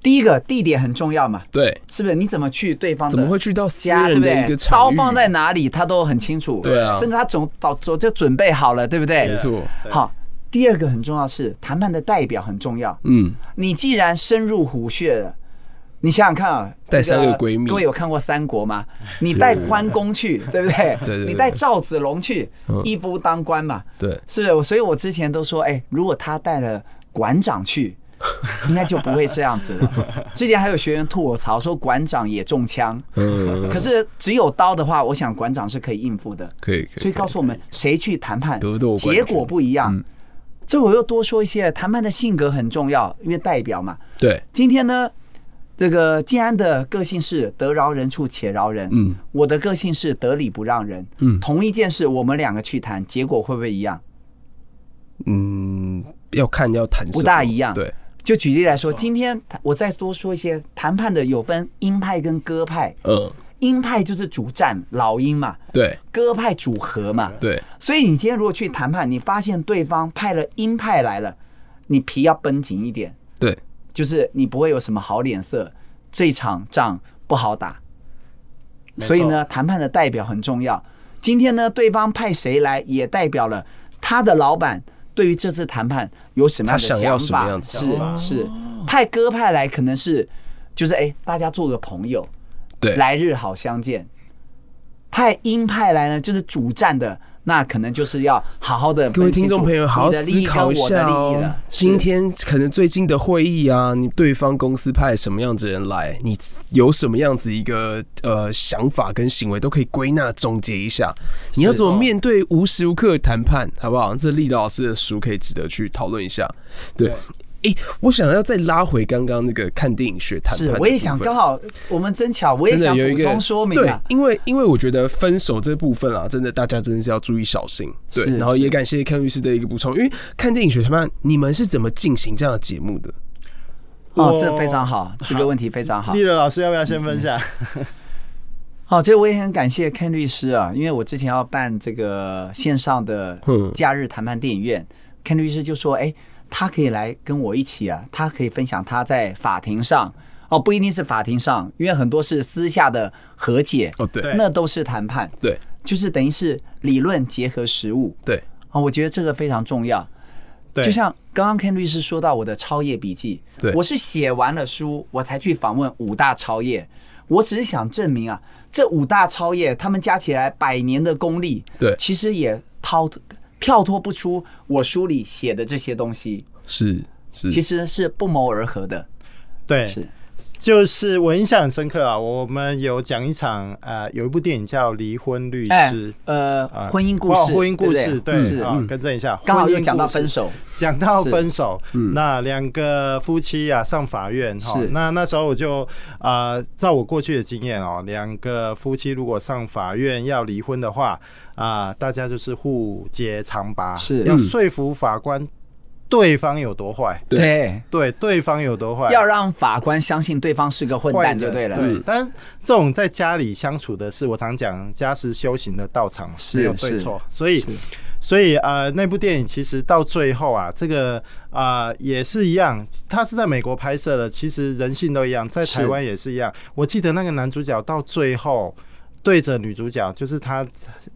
[SPEAKER 5] 第一个地点很重要嘛，
[SPEAKER 3] 对，
[SPEAKER 5] 是不是？你怎么去对方的
[SPEAKER 3] 怎么会去到私
[SPEAKER 5] 家，对
[SPEAKER 3] 人
[SPEAKER 5] 不
[SPEAKER 3] 的一
[SPEAKER 5] 对
[SPEAKER 3] 个？场
[SPEAKER 5] 刀
[SPEAKER 3] 域？
[SPEAKER 5] 放在哪里，他都很清楚。
[SPEAKER 3] 对啊
[SPEAKER 5] 甚至他总早早就准备好了，对不对？
[SPEAKER 3] 没错，
[SPEAKER 4] 对
[SPEAKER 5] 好，第二个很重要是谈判的代表很重要。
[SPEAKER 3] 嗯，
[SPEAKER 5] 你既然深入虎穴了，你想想看啊，
[SPEAKER 3] 带
[SPEAKER 5] 这个
[SPEAKER 3] 三个闺蜜
[SPEAKER 5] 各位有看过三国 吗？你带关公去，对不对？
[SPEAKER 3] 对对对
[SPEAKER 5] 你带赵子龙去
[SPEAKER 3] 嗯，
[SPEAKER 5] 一夫当关嘛，
[SPEAKER 3] 对，
[SPEAKER 5] 是不是？所以我之前都说，哎，如果他带了馆长去。 应该就不会这样子了。之前还有学员吐我槽说馆长也中枪，
[SPEAKER 3] 嗯，
[SPEAKER 5] 可是只有刀的话，我想馆长是可以应付的。
[SPEAKER 3] 可以，可以，
[SPEAKER 5] 所以告诉我们谁去谈判
[SPEAKER 3] 格斗，冠军
[SPEAKER 5] 结果不一样。
[SPEAKER 3] 嗯
[SPEAKER 5] 这我又多说一些，谈判的性格很重要，因为代表嘛。
[SPEAKER 3] 对，
[SPEAKER 5] 今天呢，这个静安的个性是得饶人处且饶人，
[SPEAKER 3] 嗯，
[SPEAKER 5] 我的个性是得理不让人，
[SPEAKER 3] 嗯
[SPEAKER 5] 同一件事我们两个去谈，结果会不会一样？
[SPEAKER 3] 嗯，要看要谈什么
[SPEAKER 5] 不大一样
[SPEAKER 3] 对，
[SPEAKER 5] 就举例来说，今天我再多说一些，谈判的有分鹰派跟鸽派，
[SPEAKER 3] 嗯，
[SPEAKER 5] 鹰派就是主战老鹰嘛，
[SPEAKER 3] 对，
[SPEAKER 5] 鸽派主和嘛，
[SPEAKER 3] 对，
[SPEAKER 5] 所以你今天如果去谈判，你发现对方派了鹰派来了，你皮要绷紧一点，
[SPEAKER 3] 对，
[SPEAKER 5] 就是你不会有什么好脸色，这场仗不好打。
[SPEAKER 4] 错
[SPEAKER 5] 所以呢，谈判的代表很重要。今天呢，对方派谁来，也代表了他的老板对于这次谈判有什么样的
[SPEAKER 3] 他想要什么样
[SPEAKER 5] 法。
[SPEAKER 3] 子
[SPEAKER 5] 是是，派鸽派来可能是就是哎、大家做个朋友，
[SPEAKER 3] 对，
[SPEAKER 5] 来日好相见。派鹰派来呢，就是主战的，那可能就是要好好的
[SPEAKER 3] 各位听众朋友，好好思考一
[SPEAKER 5] 我的
[SPEAKER 3] 下
[SPEAKER 5] 利益
[SPEAKER 3] 哦
[SPEAKER 5] 了。。是
[SPEAKER 3] 今天可能最近的会议啊，你对方公司派什么样子的人来，你有什么样子一个呃想法跟行为，都可以归纳总结一下。你要怎么面对无时无刻的谈判，好不好？这丽的老师的书可以值得去讨论一下。对，诶、我想要再拉回刚刚那个看电影学谈判的部
[SPEAKER 5] 是
[SPEAKER 3] 分，，
[SPEAKER 5] 我也想刚好，我们真巧，我也
[SPEAKER 3] 真的
[SPEAKER 5] 想
[SPEAKER 3] 有一
[SPEAKER 5] 补
[SPEAKER 3] 个
[SPEAKER 5] 充说明
[SPEAKER 3] 对
[SPEAKER 5] 啊，，
[SPEAKER 3] 因为因为我觉得分手这部分啊，真的大家真的是要注意小心。对，
[SPEAKER 5] 是
[SPEAKER 3] 然后也感谢看律师的一个补充，因为看电影学谈判，你们是怎么进行这样的节目的？
[SPEAKER 5] 哦
[SPEAKER 4] 我，
[SPEAKER 5] 这非常好，这个问题非常好嗯
[SPEAKER 4] 丽。德老师要不要先分享？
[SPEAKER 5] 好，这我也很感谢 Ken 律师啊，因为我之前要办这个线上的
[SPEAKER 3] 嗯
[SPEAKER 5] 假日谈判电影院、k e n 律师就说，哎，他可以来跟我一起啊，他可以分享他在法庭上哦，不一定是法庭上，因为很多是私下的和解，
[SPEAKER 3] 哦，对
[SPEAKER 4] 对
[SPEAKER 5] 那都是谈判，
[SPEAKER 3] 对
[SPEAKER 5] 就是等于是理论结合实物
[SPEAKER 3] 对，
[SPEAKER 5] 啊、我觉得这个非常重要。
[SPEAKER 4] 对，
[SPEAKER 5] 就像刚刚 Ken 律师说到我的超业笔记，
[SPEAKER 3] 对
[SPEAKER 5] 我是写完了书，我才去访问五大超业。我只是想证明啊，这五大超业他们加起来百年的功力，
[SPEAKER 3] 对
[SPEAKER 5] 其实也逃跳脱不出我书里写的这些东西，
[SPEAKER 3] 是是，
[SPEAKER 5] 其实是不谋而合的。
[SPEAKER 4] 嗯对，
[SPEAKER 5] 是
[SPEAKER 4] 就是我印象很深刻啊，我们有讲一场呃，有一部电影叫《离婚律师》
[SPEAKER 5] 哎，呃，
[SPEAKER 4] 啊
[SPEAKER 5] 婚姻故
[SPEAKER 4] 哦
[SPEAKER 5] 事，
[SPEAKER 4] 婚姻故事，
[SPEAKER 5] 对不
[SPEAKER 4] 对
[SPEAKER 5] 对是
[SPEAKER 4] 啊，更正一下，
[SPEAKER 5] 刚好
[SPEAKER 4] 婚姻
[SPEAKER 5] 又讲到
[SPEAKER 4] 故事
[SPEAKER 5] 分手，嗯
[SPEAKER 4] 讲到分手，那两个夫妻啊上法院哈
[SPEAKER 5] 是，
[SPEAKER 4] 那那时候我就啊，照我过去的经验哦，两个夫妻如果上法院要离婚的话啊、大家就是互揭长疤，
[SPEAKER 5] 是
[SPEAKER 4] 要
[SPEAKER 5] 嗯
[SPEAKER 4] 说服法官对方有多坏，
[SPEAKER 3] 对
[SPEAKER 5] 对，
[SPEAKER 4] 对对方有多坏，
[SPEAKER 5] 要让法官相信对方是个混
[SPEAKER 4] 坏
[SPEAKER 5] 蛋
[SPEAKER 4] 人
[SPEAKER 5] 就对了。嗯
[SPEAKER 4] 对，但这种在家里相处的是，我常讲家事修行的道场嘛，
[SPEAKER 5] 是
[SPEAKER 4] 没有对
[SPEAKER 5] 是
[SPEAKER 4] 错，所以
[SPEAKER 5] 是。
[SPEAKER 4] 所以呃，那部电影其实到最后啊，这个啊、呃也是一样，它是在美国拍摄的，其实人性都一样，在
[SPEAKER 5] 是
[SPEAKER 4] 台湾也是一样。我记得那个男主角到最后对着女主角，就是他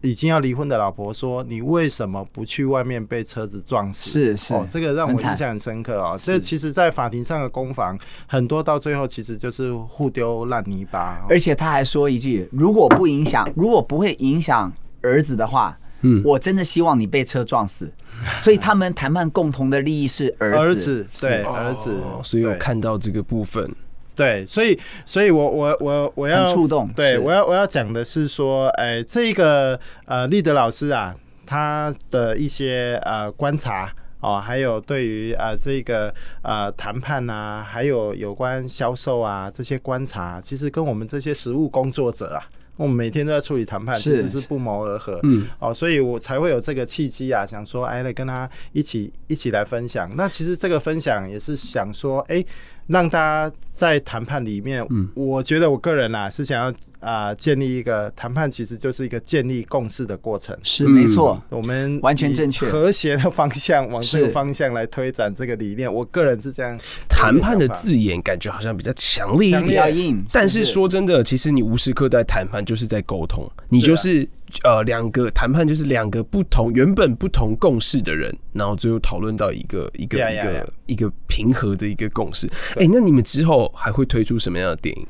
[SPEAKER 4] 已经要离婚的老婆说：“你为什么不去外面被车子撞死？”
[SPEAKER 5] 是是
[SPEAKER 4] 哦，这个让我
[SPEAKER 5] 很
[SPEAKER 4] 印
[SPEAKER 5] 惨
[SPEAKER 4] 象很深刻哦。这其实，在法庭上的攻防，很多到最后其实就是互丢烂泥巴、哦。
[SPEAKER 5] 而且他还说一句：“如果不影响，如果不会影响儿子的话，嗯，我真的希望你被车撞死。”所以他们谈判共同的利益是儿子，
[SPEAKER 4] 儿子，对
[SPEAKER 5] 是
[SPEAKER 4] 儿子
[SPEAKER 3] 哎哦，所以我
[SPEAKER 4] 对
[SPEAKER 3] 看到这个部分，
[SPEAKER 4] 对，所以，所以我我我我要
[SPEAKER 5] 很触动
[SPEAKER 4] 对
[SPEAKER 5] 是
[SPEAKER 4] 我要我要讲的是说，哎、这个呃，立德老师啊，他的一些呃观察哦，还有对于啊、呃、这个呃谈判啊，还有有关销售啊这些观察，其实跟我们这些实务工作者啊。我们每天都在处理谈判，其
[SPEAKER 5] 是嗯
[SPEAKER 4] 实是不谋而合。哦，所以我才会有这个契机啊，想说，哎，来跟他一起一起来分享。那其实这个分享也是想说，哎、让大家在谈判里面，
[SPEAKER 5] 嗯
[SPEAKER 4] 我觉得我个人啊是想要啊、建立一个谈判，其实就是一个建立共识的过程。
[SPEAKER 5] 是
[SPEAKER 3] 嗯
[SPEAKER 5] 没错，
[SPEAKER 4] 我们
[SPEAKER 5] 完全
[SPEAKER 4] 以
[SPEAKER 5] 正确
[SPEAKER 4] 和谐的方向往这个
[SPEAKER 5] 是
[SPEAKER 4] 方向来推展这个理念。我个人是这样
[SPEAKER 3] 谈判的
[SPEAKER 4] 想法
[SPEAKER 3] 字眼感觉好像比较强烈
[SPEAKER 4] 嗯
[SPEAKER 3] 一
[SPEAKER 5] 比
[SPEAKER 3] 点
[SPEAKER 5] 较。硬。
[SPEAKER 3] 但是
[SPEAKER 5] 不
[SPEAKER 3] 说真的，其实你无时刻在谈判，就是在沟通，你
[SPEAKER 5] 啊
[SPEAKER 3] 就是呃两个谈判就是两个不同原本不同共识的人，然后最后讨论到一个一个
[SPEAKER 4] Yeah,
[SPEAKER 3] 一
[SPEAKER 4] yeah,
[SPEAKER 3] 个一个平和的一个共识。哎，那你们之后还会推出什么样的电影？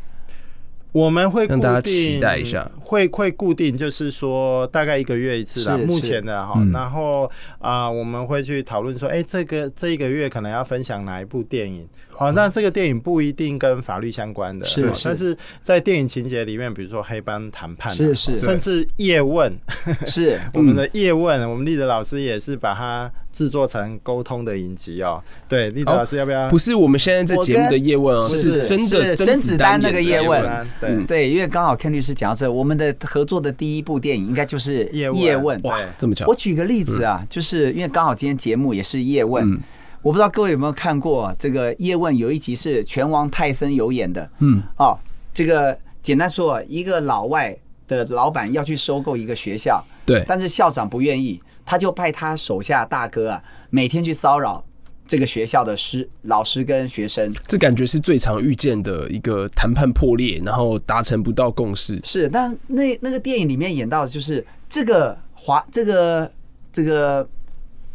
[SPEAKER 4] 我们会
[SPEAKER 3] 让大家
[SPEAKER 4] 固定
[SPEAKER 3] 期待一下
[SPEAKER 4] 会会固定就是说大概一个月一次啦，
[SPEAKER 5] 是
[SPEAKER 4] 目
[SPEAKER 5] 是
[SPEAKER 4] 前的哈。然后啊、我们会去讨论说，哎、这个这一个月可能要分享哪一部电影。好、那这个电影不一定跟法律相关的，
[SPEAKER 5] 是
[SPEAKER 4] 哦
[SPEAKER 5] 是
[SPEAKER 4] 但是在电影情节里面，比如说黑帮谈判啊、
[SPEAKER 5] 是是
[SPEAKER 4] 甚至叶问，
[SPEAKER 5] 是
[SPEAKER 4] 我们的叶问，我们立德老师也是把它制作成沟通的影集哦。对，立德
[SPEAKER 3] 哦
[SPEAKER 4] 老师要不要？
[SPEAKER 3] 不是我们现在这节目的叶问啊，
[SPEAKER 5] 啊我跟
[SPEAKER 3] 是
[SPEAKER 5] 是
[SPEAKER 3] 真的
[SPEAKER 5] 是
[SPEAKER 3] 甄
[SPEAKER 5] 甄
[SPEAKER 3] 子
[SPEAKER 5] 子
[SPEAKER 3] 丹
[SPEAKER 5] 丹那
[SPEAKER 3] 演
[SPEAKER 5] 个
[SPEAKER 3] 的
[SPEAKER 5] 叶
[SPEAKER 4] 叶
[SPEAKER 5] 问嗯
[SPEAKER 4] 啊对。
[SPEAKER 5] 对，因为刚好 Ken 律师讲到这，我们的合作的第一部电影应该就是《
[SPEAKER 4] 叶问
[SPEAKER 5] 叶问》。
[SPEAKER 4] 哇
[SPEAKER 3] 这嗯么巧
[SPEAKER 5] 我，举个例子啊，就是因为刚好今天节目也是叶问，
[SPEAKER 3] 嗯
[SPEAKER 5] 我不知道各位有没有看过啊这个叶问有一集是拳王泰森有演的，嗯，哦，这个简单说啊，一个老外的老板要去收购一个学校，
[SPEAKER 3] 对
[SPEAKER 5] 但是校长不愿意，他就派他手下大哥啊，每天去骚扰这个学校的师老师跟学生，
[SPEAKER 3] 这感觉是最常遇见的一个谈判破裂，然后达成不到共识。
[SPEAKER 5] 是，但那那个电影里面演到，的就是这个华这个这个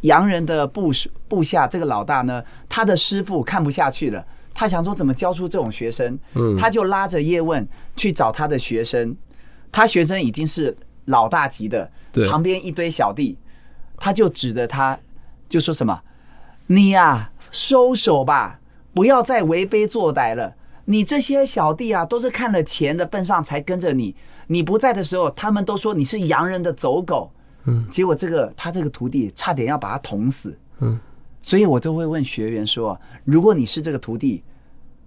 [SPEAKER 5] 洋人的部属部下这个老大呢，他的师傅看不下去了，他想说怎么教出这种学生，他就拉着叶问去找他的学生，他学生已经是老大级的
[SPEAKER 3] 对，
[SPEAKER 5] 旁边一堆小弟，他就指着他就说什么。你呀、收手吧，不要再为非作歹了。你这些小弟啊，都是看了钱的份上才跟着你。你不在的时候，他们都说你是洋人的走狗。嗯，结果这个他这个徒弟差点要把他捅死。嗯，所以我就会问学员说：如果你是这个徒弟，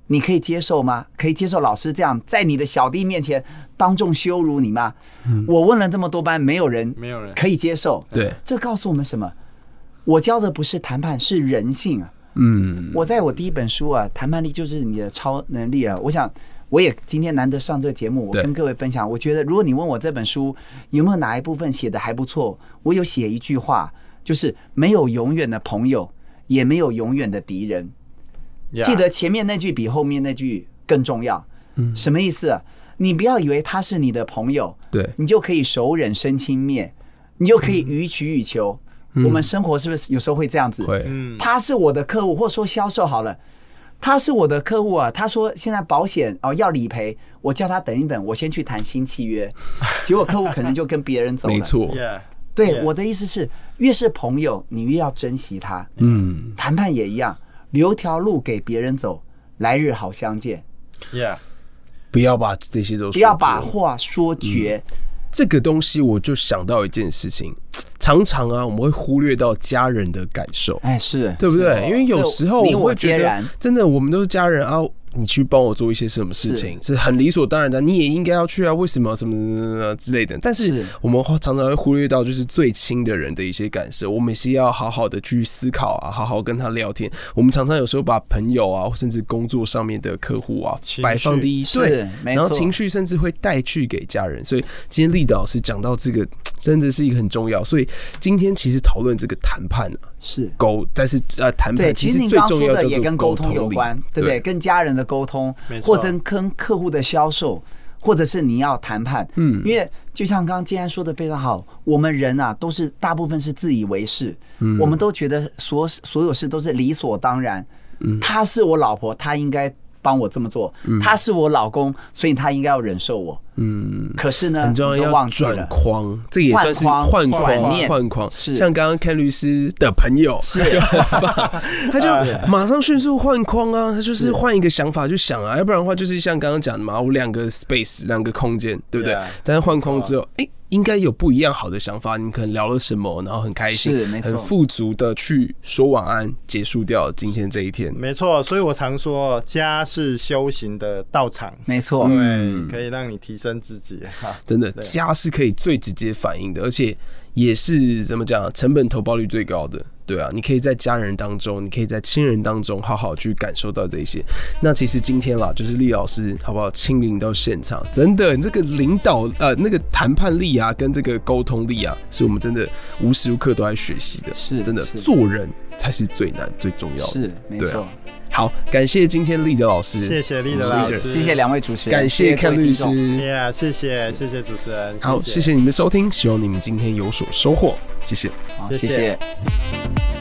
[SPEAKER 5] 你可以接受吗？可以接受老师这样在你的小弟面前当众羞辱你吗？我问了这么多班，没有人，
[SPEAKER 4] 没有人
[SPEAKER 5] 可以接受。
[SPEAKER 3] 对，
[SPEAKER 5] 这告诉我们什么？我教的不是谈判，是人性啊。
[SPEAKER 3] 嗯，
[SPEAKER 5] 我在我第一本书啊，《谈判力就是你的超能力》啊，我想我也今天难得上这个节目，我
[SPEAKER 3] 对
[SPEAKER 5] 跟各位分享，我觉得如果你问我这本书有没有哪一部分写的还不错，我有写一句话，就是没有永远的朋友，也没有永远的敌人。
[SPEAKER 4] Yeah
[SPEAKER 5] 记得前面那句比后面那句更重要。嗯，什么意思啊、你不要以为他是你的朋友，
[SPEAKER 3] 对
[SPEAKER 5] 你就可以手忍身轻蔑，你就可以予取予求。我们生活是不是有时候会这样子？
[SPEAKER 3] 会，
[SPEAKER 4] 嗯，
[SPEAKER 5] 他是我的客户，或说销售好了，他是我的客户啊。他说现在保险哦要理赔，我叫他等一等，我先去谈新契约。结果客户可能就跟别人走了。
[SPEAKER 3] 没，错，
[SPEAKER 4] Yeah，
[SPEAKER 5] 对
[SPEAKER 4] Yeah
[SPEAKER 5] 我的意思是，越是朋友，你越要珍惜他。
[SPEAKER 3] 嗯，
[SPEAKER 5] 谈判也一样，留条路给别人走，来日好相见。
[SPEAKER 4] Yeah，
[SPEAKER 3] 不要把这些都
[SPEAKER 5] 不要把
[SPEAKER 3] 说破
[SPEAKER 5] 话说绝。
[SPEAKER 3] 这个东西，我就想到一件事情，常常啊，我们会忽略到家人的感受，
[SPEAKER 5] 哎，是
[SPEAKER 3] 对不对？因为有时候
[SPEAKER 5] 你
[SPEAKER 3] 我会
[SPEAKER 5] 我
[SPEAKER 3] 觉
[SPEAKER 5] 皆
[SPEAKER 3] 得
[SPEAKER 5] 然，，
[SPEAKER 3] 真的，我们都是家人啊，你去帮我做一些什么事情是很理所当然的，你也应该要去啊，为什么什么什么什么之类的？但是
[SPEAKER 5] 是
[SPEAKER 3] 我们常常会忽略到，就是最亲的人的一些感受，我们是要好好的去思考啊，好好跟他聊天。我们常常有时候把朋友啊，甚至工作上面的客户啊，
[SPEAKER 4] 情绪
[SPEAKER 3] 摆放第一，
[SPEAKER 5] 是
[SPEAKER 3] 对，
[SPEAKER 5] 没
[SPEAKER 3] 然后
[SPEAKER 5] 错
[SPEAKER 3] 情绪甚至会带去给家人。所以今天丽导师讲到这个，真的是一个很重要。所以今天其实讨论这个谈判啊，
[SPEAKER 5] 是
[SPEAKER 3] 沟，但是呃，谈
[SPEAKER 5] 对，
[SPEAKER 3] 判
[SPEAKER 5] 其
[SPEAKER 3] 实
[SPEAKER 5] 实你
[SPEAKER 3] 最
[SPEAKER 5] 刚刚
[SPEAKER 3] 重
[SPEAKER 5] 说
[SPEAKER 3] 要
[SPEAKER 5] 的
[SPEAKER 3] 叫
[SPEAKER 5] 也
[SPEAKER 3] 做
[SPEAKER 5] 跟沟通有
[SPEAKER 3] 力
[SPEAKER 5] 关，对不对？？跟家人的沟通
[SPEAKER 4] 没，错
[SPEAKER 5] 或者跟客户的销售，或者是你要谈判，嗯，因为就像刚刚既然说的非常好，我们人啊都是大部分是自以为是，嗯，我们都觉得所所有事都是理所当然，嗯，她是我老婆，她应该。帮我这么做，
[SPEAKER 3] 嗯
[SPEAKER 5] 她是我老公，所以她应该要忍受我。嗯，可是呢，
[SPEAKER 3] 很重要，
[SPEAKER 5] 你都
[SPEAKER 3] 要
[SPEAKER 5] 忘记了
[SPEAKER 3] 转框，这也算是换
[SPEAKER 5] 换框
[SPEAKER 3] 框
[SPEAKER 5] 转念
[SPEAKER 3] 换框。
[SPEAKER 5] 是
[SPEAKER 3] 像刚刚 Ken 律师的朋友，
[SPEAKER 5] 是
[SPEAKER 3] 就很棒， 他就马上迅速换框啊，他就是换一个想法去想啊，要不然的话就是像刚刚讲的嘛，我两个 space 两个空间，对不对
[SPEAKER 4] Yeah，？
[SPEAKER 5] 啊
[SPEAKER 3] 但是换框之后，哎。应该有不一样好的想法，你可能聊了什么，然后很开心
[SPEAKER 5] 是，没错
[SPEAKER 3] 很富足的去说晚安，结束掉今天这一天。
[SPEAKER 4] 没错，所以我常说家是修行的道场，
[SPEAKER 5] 没错，
[SPEAKER 3] 嗯
[SPEAKER 4] 对，
[SPEAKER 5] 嗯
[SPEAKER 4] 可以让你提升自己哈。
[SPEAKER 3] 真的
[SPEAKER 5] 啊
[SPEAKER 3] 家是可以最直接反映的，而且也是怎么讲啊，成本投报率最高的。对啊，你可以在家人当中，你可以在亲人当中，好好去感受到这一些。那其实今天啦，就是厉老师，好不好？亲临到现场，真的，你这个领导呃，那个谈判力啊，跟这个沟通力啊，是我们真的无时无刻都在学习的。
[SPEAKER 5] 是
[SPEAKER 3] 真的，
[SPEAKER 5] 是
[SPEAKER 3] 做人才是最难最重要的。
[SPEAKER 5] 是没
[SPEAKER 3] 对啊
[SPEAKER 5] 错。
[SPEAKER 3] 好，感谢今天丽德老师，
[SPEAKER 4] 谢谢丽的老师，
[SPEAKER 5] 嗯谢谢两位主持人，
[SPEAKER 3] 感谢
[SPEAKER 5] 各
[SPEAKER 3] 看
[SPEAKER 5] 位
[SPEAKER 3] 律
[SPEAKER 5] 听
[SPEAKER 3] 师
[SPEAKER 5] 众。。
[SPEAKER 4] ，Yeah，谢谢谢谢主持人，
[SPEAKER 3] 好，谢谢你们收听，希望你们今天有所收获，谢谢。
[SPEAKER 5] 好，
[SPEAKER 4] 谢
[SPEAKER 5] 谢
[SPEAKER 4] 谢
[SPEAKER 5] 谢。